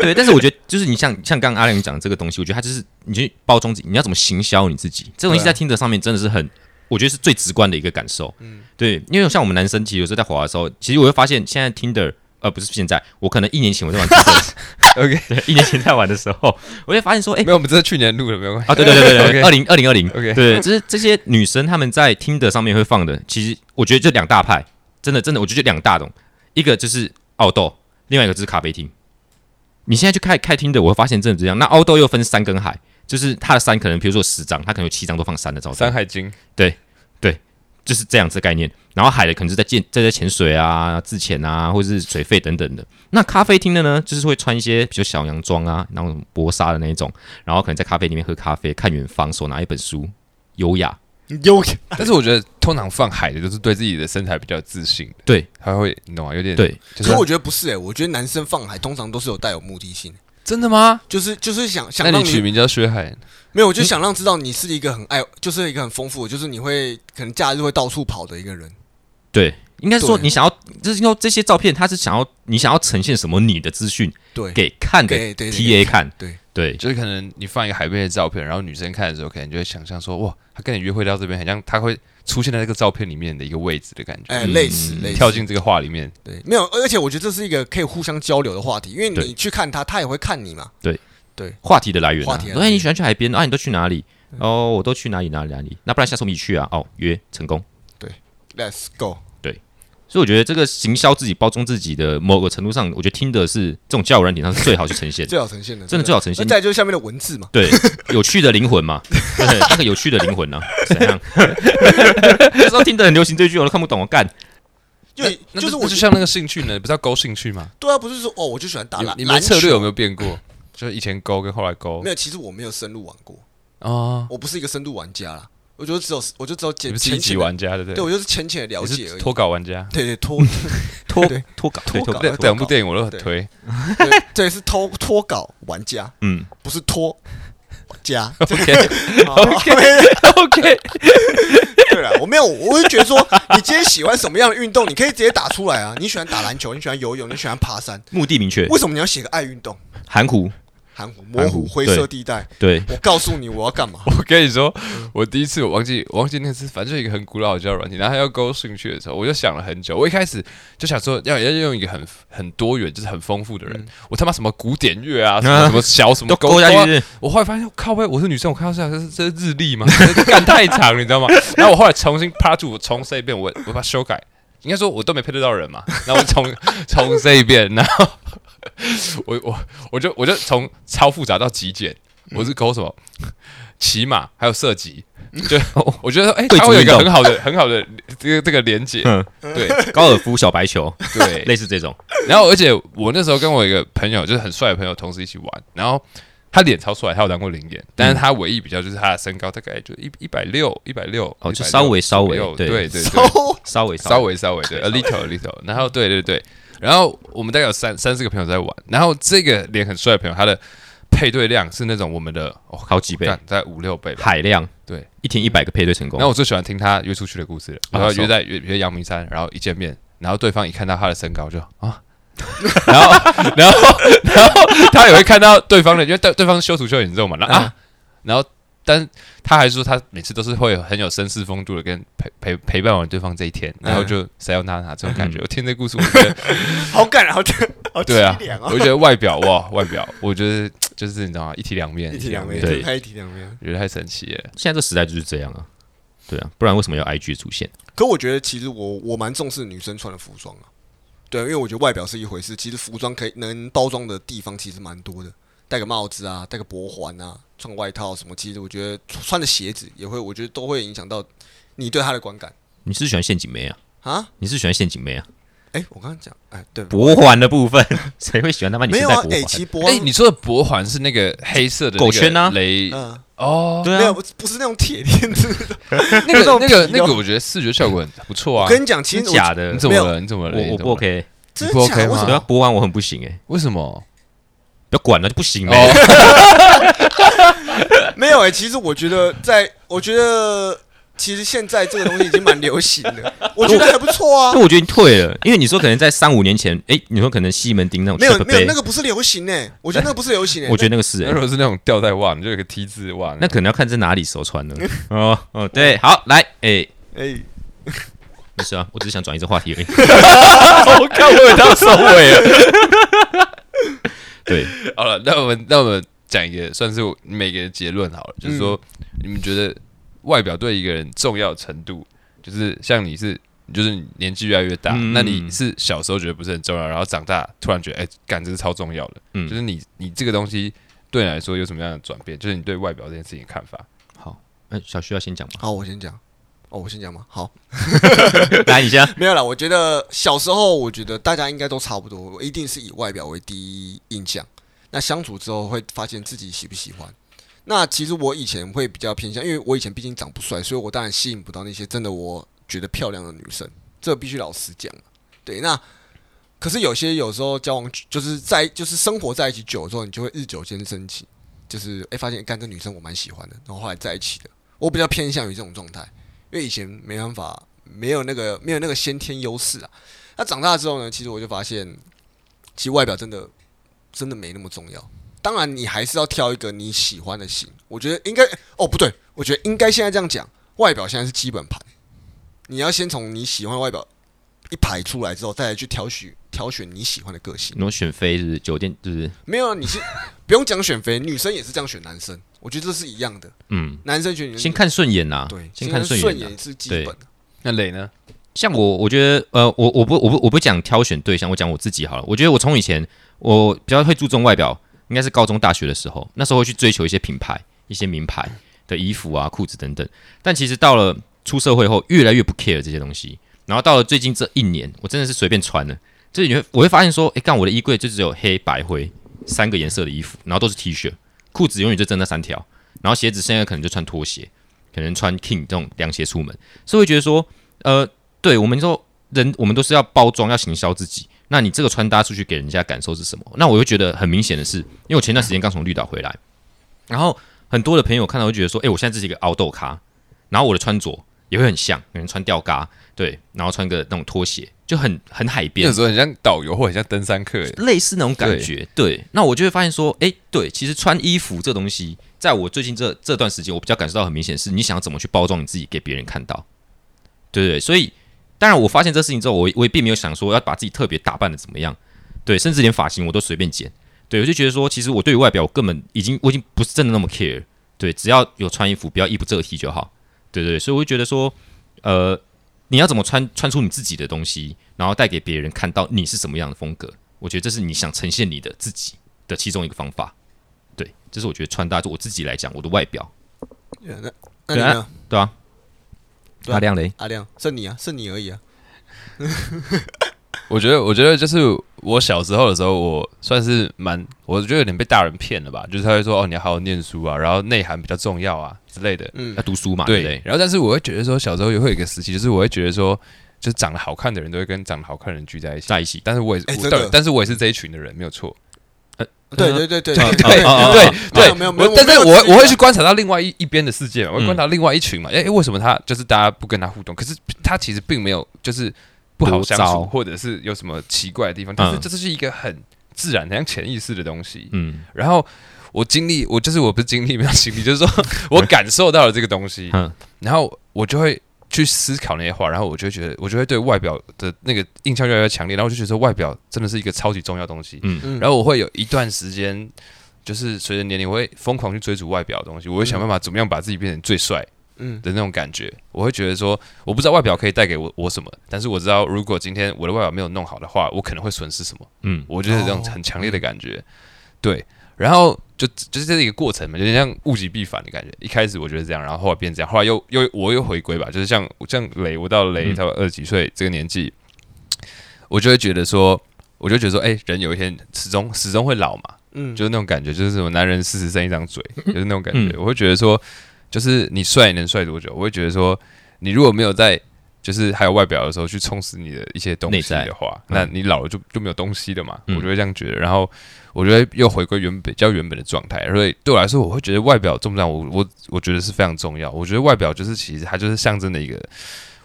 C: 对，但是我觉得就是你像像刚刚阿亮讲的这个东西，我觉得它就是你去包装自己，你要怎么行销你自己，这东西
B: 对啊
C: 在听着上面真的是很，我觉得是最直观的一个感受。嗯，对，因为像我们男生，其实有时候在滑的时候，其实我会发现现在 Tinder，呃，不是现在，我可能一年前我在玩 Tinder，
A: OK，
C: 对，一年前在玩的时候，我会发现说，哎、
A: 没有，我们这是去年录的，没有关系。
C: 啊，对对对对对，
A: OK
C: 二零二零二零
A: OK
C: 对，就是这些女生她们在听的上面会放的，其实我觉得就两大派，真的真的，我觉得就两大种，一个就是奥豆，另外一个就是咖啡厅。你现在去开开听的，我会发现真的这样。那奥豆又分山跟海，就是它的山可能比如说有十张，它可能有七张都放山的照
A: 《
C: 片
A: 山，海经》
C: 就是这样子的概念。然后海的可能是在健在在潜水啊、自潜啊，或者是水费等等的。那咖啡厅的呢，就是会穿一些比如小洋装啊，然后薄纱的那一种，然后可能在咖啡里面喝咖啡，看远方，手拿一本书，优雅。
B: 有
A: 但是我觉得通常放海的都是对自己的身材比较有自信的，
C: 对
A: 他会你懂吗？有点，
C: 对，
A: 就
B: 可
A: 是
B: 是我觉得不是哎、我觉得男生放海通常都是有带有目的性，
A: 真的吗？嗯
B: 就是就是想想
A: 那
B: 让
A: 你
B: 你
A: 取名叫薛海，
B: 没有，我就想让知道你是一个很爱，就是一个很丰富，就是你会可能假日会到处跑的一个人。
C: 对，应该是说
B: 对
C: 你想要，就是说这些照片，它是想要你想要呈现什么你的资讯
B: 对，
C: 给看的
B: 对对
C: TA 看，
B: 对
C: 对
A: 就是可能你放一个海边的照片，然后女生看的时候，可能就会想象说，哇，他跟你约会到这边，很像他会出现在这个照片里面的一个位置的感觉，
B: 哎、类似类
A: 嗯
B: 似
A: 跳进这个画里面。
B: 对，没有，而且我觉得这是一个可以互相交流的话题，因为
C: 对
B: 你去看他，他也会看你嘛。
C: 话题的来源、啊。
B: 话题的来
C: 说
B: 源
C: 哎，你喜欢去海边啊？你都去哪里？哦，我都去哪里哪里哪里？那不然下次我们一起去啊？哦，约成功。
B: Let's go。
C: 所以我觉得这个行销自己、包装自己的某个程度上，我觉得听的是这种交友软体上是最好去呈现的，
B: 最好呈现的，
C: 真的最好呈现
B: 那。再来就是下面的文字嘛，
C: 对，有趣的灵魂嘛，对，那个有趣的灵魂呢、啊？怎样？那时候听的很流行这句，我都看不懂，我干。
B: 就
A: 那
B: 就是
A: 那
B: 我
A: 就
B: 觉得
A: 像那个兴趣呢，不是要勾兴趣吗？
B: 对啊，不是说哦，我就喜欢打
A: 你
B: 篮，
A: 你
B: 篮
A: 们策略
B: 球
A: 有没有变过？就是以前勾跟后来勾
B: 没有？其实我没有深入玩过，
A: 哦，
B: 我不是一个深度玩家啦，我就只有我就只有
A: 你
B: 简
A: 们是一
B: 浅
A: 级
B: 浅的，
A: 玩家对不对？
B: 对我就是浅浅的了
A: 我
B: 解
A: 是
B: 而已。
A: 脱稿玩家。
B: 对对 脱
C: 脱
B: 对
C: 脱稿，
B: 脱
C: 对
B: 稿
A: 这
B: 脱
A: 两部 电影我都很推，
B: 对对是偷脱稿玩家，
C: 嗯，
B: 不是脱加。
C: OK
B: 好
A: 哦
C: OK，
B: 对了， 我没有，我就觉得说，你今天喜欢什么样的运动，你可以直接打出来啊。你喜欢打篮球，你喜欢游泳，你喜欢爬山，
C: 目的明确，
B: 为什么你要写个爱运动？
C: 含糊，
B: 含糊、模糊、
C: 含糊
B: 灰色地带。
C: 对，
B: 我告诉你，我要 干嘛？
A: 我跟你说，
C: 嗯
A: 我第一次我忘记我忘记那次，反正就一个很古老的交友软体，然后它要勾进去的时候，我就想了很久。我一开始就想说要要用一个很很多元，就是很丰富的人。我他妈什么古典乐啊，什么什么小什么
C: 嗯都勾下去
A: 啊
C: 是不是
A: 我后来发现，靠背，我是女生，我看到这样这是这是日历吗？ 这干太长了，你知道吗？然后我后来重新 part two，我重设一遍，我我把它修改。应该说，我都没配对到人嘛， 然后我重重设一遍，然后我我我就我就从超复杂到极简，
C: 嗯
A: 我是勾什么骑马还有射击，就我觉得哎，
C: 哦对
A: 它会有一个
C: 主运动
A: 很好的很好的这个这个连接，
C: 嗯，
A: 对
C: 高尔夫、小白球，
A: 对，
C: 类似这种，
A: 然后而且我那时候跟我一个朋友，就是很帅的朋友，同时一起玩，然后。他脸超帅，他有当过零点，但是他唯一比较就是他的身高大概就一一百六、一百六，
C: 哦就稍微稍微
A: 160
C: 对
A: 对对对，
B: 哦，
C: 稍微
A: 稍微稍微对，a little a little。然后对对对，然后我们大概有三三四个朋友在玩，然后这个脸很帅的朋友，他的配对量是那种我们的哦
C: 好几倍
A: 干大概五六倍吧。
C: 海量，
A: 对，
C: 一天一百个配对成功
A: 然后。我最喜欢听他约出去的故事了，然后
C: 熟
A: 约在约约阳明山，然后一见面，然后对方一看到他的身高就啊。
C: 然后
A: 然后然后他也会看到对方的，因为对对方是修图修得很重嘛，然
C: 嗯
A: 后、啊，然后但他还说他每次都是会有很有绅士风度的跟陪陪陪伴完对方这一天，然后就塞要娜娜这
C: 嗯
A: 种感觉。我听这故事，我觉得
B: 好感人，好感人好
A: 对 啊
B: 凄凉，哦，
A: 我觉得外表哇，外表，我觉得就是你知道吗？一体两面，
B: 一体两面，
A: 对
C: 对
B: 真的太一体两面。
A: 我觉得太神奇了。
C: 现在这时代就是这样啊，对啊，不然为什么要 IG 出现？
B: 可我觉得其实我我蛮重视女生穿的服装啊，对，因为我觉得外表是一回事，其实服装可以能包装的地方其实蛮多的，戴个帽子啊，戴个脖环啊，穿个外套什么，其实我觉得穿的鞋子也会，我觉得都会影响到你对她的观感
C: 你是喜欢陷阱妹啊？
B: 啊。
C: 你是喜欢陷阱妹啊？
B: 哎、我刚刚讲，哎、对，
C: 脖环的部分， 谁会喜欢他妈女
B: 没
C: 生
B: 有
C: 戴
B: 啊
C: 脖，环？
B: 哎、其实脖
A: 哎、
B: 环，
A: 你说的脖环是那个黑色的那个
C: 狗圈啊
A: 雷
B: 嗯、
A: 哦，
C: 对
B: 没有，
C: 啊，
B: 不是不是那种铁链子。
A: 那个那个
C: 哦
B: 皮的
A: 那个，我觉得视觉效果很不错
B: 我
A: 啊。
B: 跟你讲，其
C: 真
B: 实我
C: 假的
A: 你？怎
B: 没
A: 么
B: 有
A: 了？你怎么了？
C: 我
A: 你
C: 我
A: 怎
C: 不
A: 么了
C: OK，
B: 真
A: 不
B: 假
A: OK
B: 的为什
A: 吗
C: 对
B: 么
C: 啊，脖环我很不行哎，
A: 为什么？
C: 不要管了就不行
A: 哦
C: 呗。
B: 没有哎、其实我觉得在，我觉得其实现在这个东西已经蛮流行的，我觉得还不错啊
C: 那。我觉得你退了，因为你说可能在三五年前，哎，你说可能西门町那种
B: 没有
C: Triple
B: 没有，
C: Bay，
B: 那个不是流行哎、我觉得那个不是流行哎、
C: 我觉得那个是
A: 那
C: 哎
A: 如，果是那种吊带袜，你就有个 T 字袜，
C: 那可能要看在哪里时候穿 呢。哦哦，对，好，来，哎，
B: 哎、
C: 没事啊，我只是想转移这话题而 已。
A: 我看我有 到收尾了。
C: 对，
A: 好了，那我们那我们讲一个算是我每个人结论好了，就是说、
C: 嗯
A: 你们觉得外表对一个人重要程度，就是像你是。就是你年纪越来越大，
C: 嗯
A: 那你是小时候觉得不是很重要，然后长大突然觉得，哎、感这是超重要的。
C: 嗯
A: 就是你你这个东西对你来说有什么样的转变？就是你对外表这件事情的看法。
C: 好，那小徐要先讲吗？
B: 好，我先讲。哦，我先讲嘛。好，
C: 来，你先。啊
B: 没有啦。我觉得小时候，我觉得大家应该都差不多，我一定是以外表为第一印象。那相处之后会发现自己喜不喜欢。那其实我以前会比较偏向，因为我以前毕竟长不帅，所以我当然吸引不到那些真的我觉得漂亮的女生，这必须老实讲。对，那可是有些有时候交往就是在就是生活在一起久之后，你就会日久见深情，就是哎、诶发现干这女生我蛮喜欢的，然后后来在一起的。我比较偏向于这种状态，因为以前没办法，没有那个没有那个先天优势啊。那长大之后呢，其实我就发现，其实外表真的真的没那么重要。当然，你还是要挑一个你喜欢的型。我觉得应该哦，不对，我觉得应该现在这样讲，外表现在是基本盘，你要先从你喜欢的外表一排出来之后，再来去挑选挑选你喜欢的个性。
C: 你说选妃是不是酒店，就是
B: 没有，啊，你是 不用讲选肥，女生也是这样选男生，我觉得这是一样的，
C: 嗯，
B: 男生选女生
C: 先看顺眼呐，
B: 对，
C: 先看顺
B: 顺
A: 啊
C: 眼呐。啊
B: 眼是基
C: 对
B: 本。
A: 那磊呢？
C: 像我，我觉得，呃，我我不我不我不讲挑选对象，我讲我自己好了。我觉得我从以前我比较会注重外表，应该是高中大学的时候，那时候会去追求一些品牌、一些名牌的衣服啊、裤子等等。但其实到了出社会后，越来越不 care 这些东西。然后到了最近这一年，我真的是随便穿了。就是你会我会发现说，诶，干我的衣柜就只有黑白灰三个颜色的衣服，然后都是 T 恤，裤子永远就真那三条，然后鞋子现在可能就穿拖鞋，可能穿 King 这种凉鞋出门，所以会觉得说，呃，对我们说人，我们都是要包装，要行销自己。那你这个穿搭出去给人家感受是什么？那我就觉得很明显的是，因为我前段时间刚从绿岛回来，然后很多的朋友看到会觉得说，哎、我现在自己一个凹豆咖，然后我的穿着也会很像，有人穿吊嘎，对，然后穿个那种拖鞋，就很很海边
A: 那，时候很像导游或很像登山客，欸
C: 类似那种感觉。对，那我就会发现说，哎，对，其实穿衣服这东西，在我最近这这段时间，我比较感受到很明显是，你想要怎么去包装你自己给别人看到，对对。所以，当然我发现这事情之后，我我也并没有想说要把自己特别打扮的怎么样，对，甚至连发型我都随便剪，对我就觉得说，其实我对于外表我根本已经我已经不是真的那么 care，对，只要有穿衣服，不要衣不遮体就好，对对。所以我就觉得说，呃。你要怎么穿穿出你自己的东西，然后带给别人看到你是什么样的风格？我觉得这是你想呈现你的自己的其中一个方法。对，这是我觉得穿搭，就我自己来讲，我的外表，
B: 那那你呢？
C: 对啊，
B: 对啊
C: 亮雷，
B: 阿亮，剩你啊，剩你而已啊。
A: 我觉得，我觉得就是我小时候的时候，我算是蛮，我觉得有点被大人骗了吧。就是他会说，哦，你要好好念书啊，然后内涵比较重要啊之类的。
B: 嗯
C: 要，读书嘛，对
A: 对，
C: 不对？
A: 然后但是我会觉得说，小时候也会有一个时期，就是我会觉得说，就是长得好看的人都会跟长得好看的人聚在一起，
C: 在一起，
A: 但是我也是，
B: 哎
A: 我
B: 真的
A: 对，但是我也是这一群的人，没有错。
B: 对对对对
C: 对
B: 对
A: 对啊
C: 哦哦哦
A: 对
B: 没
A: 对，
B: 有没有没有
A: 我但是
B: 我没有
A: 我
B: 质疑啊
A: 我会去观察到另外一一边的世界嘛，我会
C: 嗯
A: 观察另外一群嘛。哎、哎为什么他就是大家不跟他互动？可是他其实并没有就是不好相
C: 多糟
A: 处，或者是有什么奇怪的地方，但是
C: 嗯
A: 这是一个很自然、很像潜意识的东西。
C: 嗯
A: 然后我经历，我就是我不是经历，没有经历，就是 说我感受到了这个东西，
C: 嗯
A: 然后我就会去思考那些话，然后我就会觉得，我就会对外表的那个印象越来越强烈，然后我就觉得说外表真的是一个超级重要的东西。
C: 嗯，
B: 嗯
A: 然后我会有一段时间，就是随着年龄，我会疯狂去追逐外表的东
C: 嗯
A: 西，我会想办法怎么样把自己变成最帅
B: 嗯
A: 的那种感觉。我会觉得说，我不知道外表可以带给我我什么，但是我知道如果今天我的外表没有弄好的话，我可能会损失什么。
C: 嗯，
A: 我就是这种
B: 哦
A: 很强烈的感觉。对，然后就就是这是一个过程嘛，有点像物极必反的感觉。一开始我觉得这样，然后后来变这样，后来又又我又回归吧，就是像像雷，我到雷
C: 嗯
A: 差不多二十几岁这个年纪，我就会觉得说，我就觉得说，哎、人有一天始终始终会老嘛，
B: 嗯，
A: 就是那种感觉，就是什么男人四十剩一张嘴，就是那种感觉。
C: 嗯
A: 我会觉得说，就是你帅能帅多久？我会觉得说，你如果没有在就是还有外表的时候去充实你的一些东
C: 内
A: 西
C: 在
A: 的话，
C: 嗯
A: 那你老了就就没有东西了嘛。
C: 嗯
A: 我就会这样觉得，然后我觉得又回归原本比较原本的状态。所以对我来说，我会觉得外表重不重要？我我我觉得是非常重要。我觉得外表就是其实它就是象征的一个。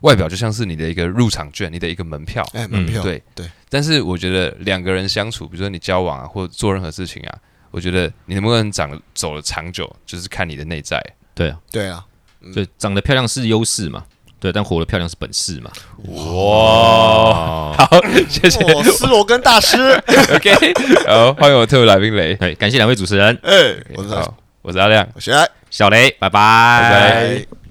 A: 外表就像是你的一个入场券，你的一个门票。
B: 哎，门票，
A: 嗯对
B: 对。
A: 但是我觉得两个人相处，比如说你交往啊，或者做任何事情啊，我觉得你能不能长得走的长久，就是看你的内在。
C: 对啊，
B: 对啊，
C: 对，长得漂亮是优势嘛，对，但活得漂亮是本事嘛。
A: 哇，好， 谢谢。
B: 我哦斯罗根大师，
A: OK，好，欢迎我特别来宾雷。
C: 对，哎感谢两位主持人，
B: 哎，我知道，哎
A: 好，我是阿亮。
B: 我学来，
C: 小雷，拜
B: 拜
C: 拜
B: 拜。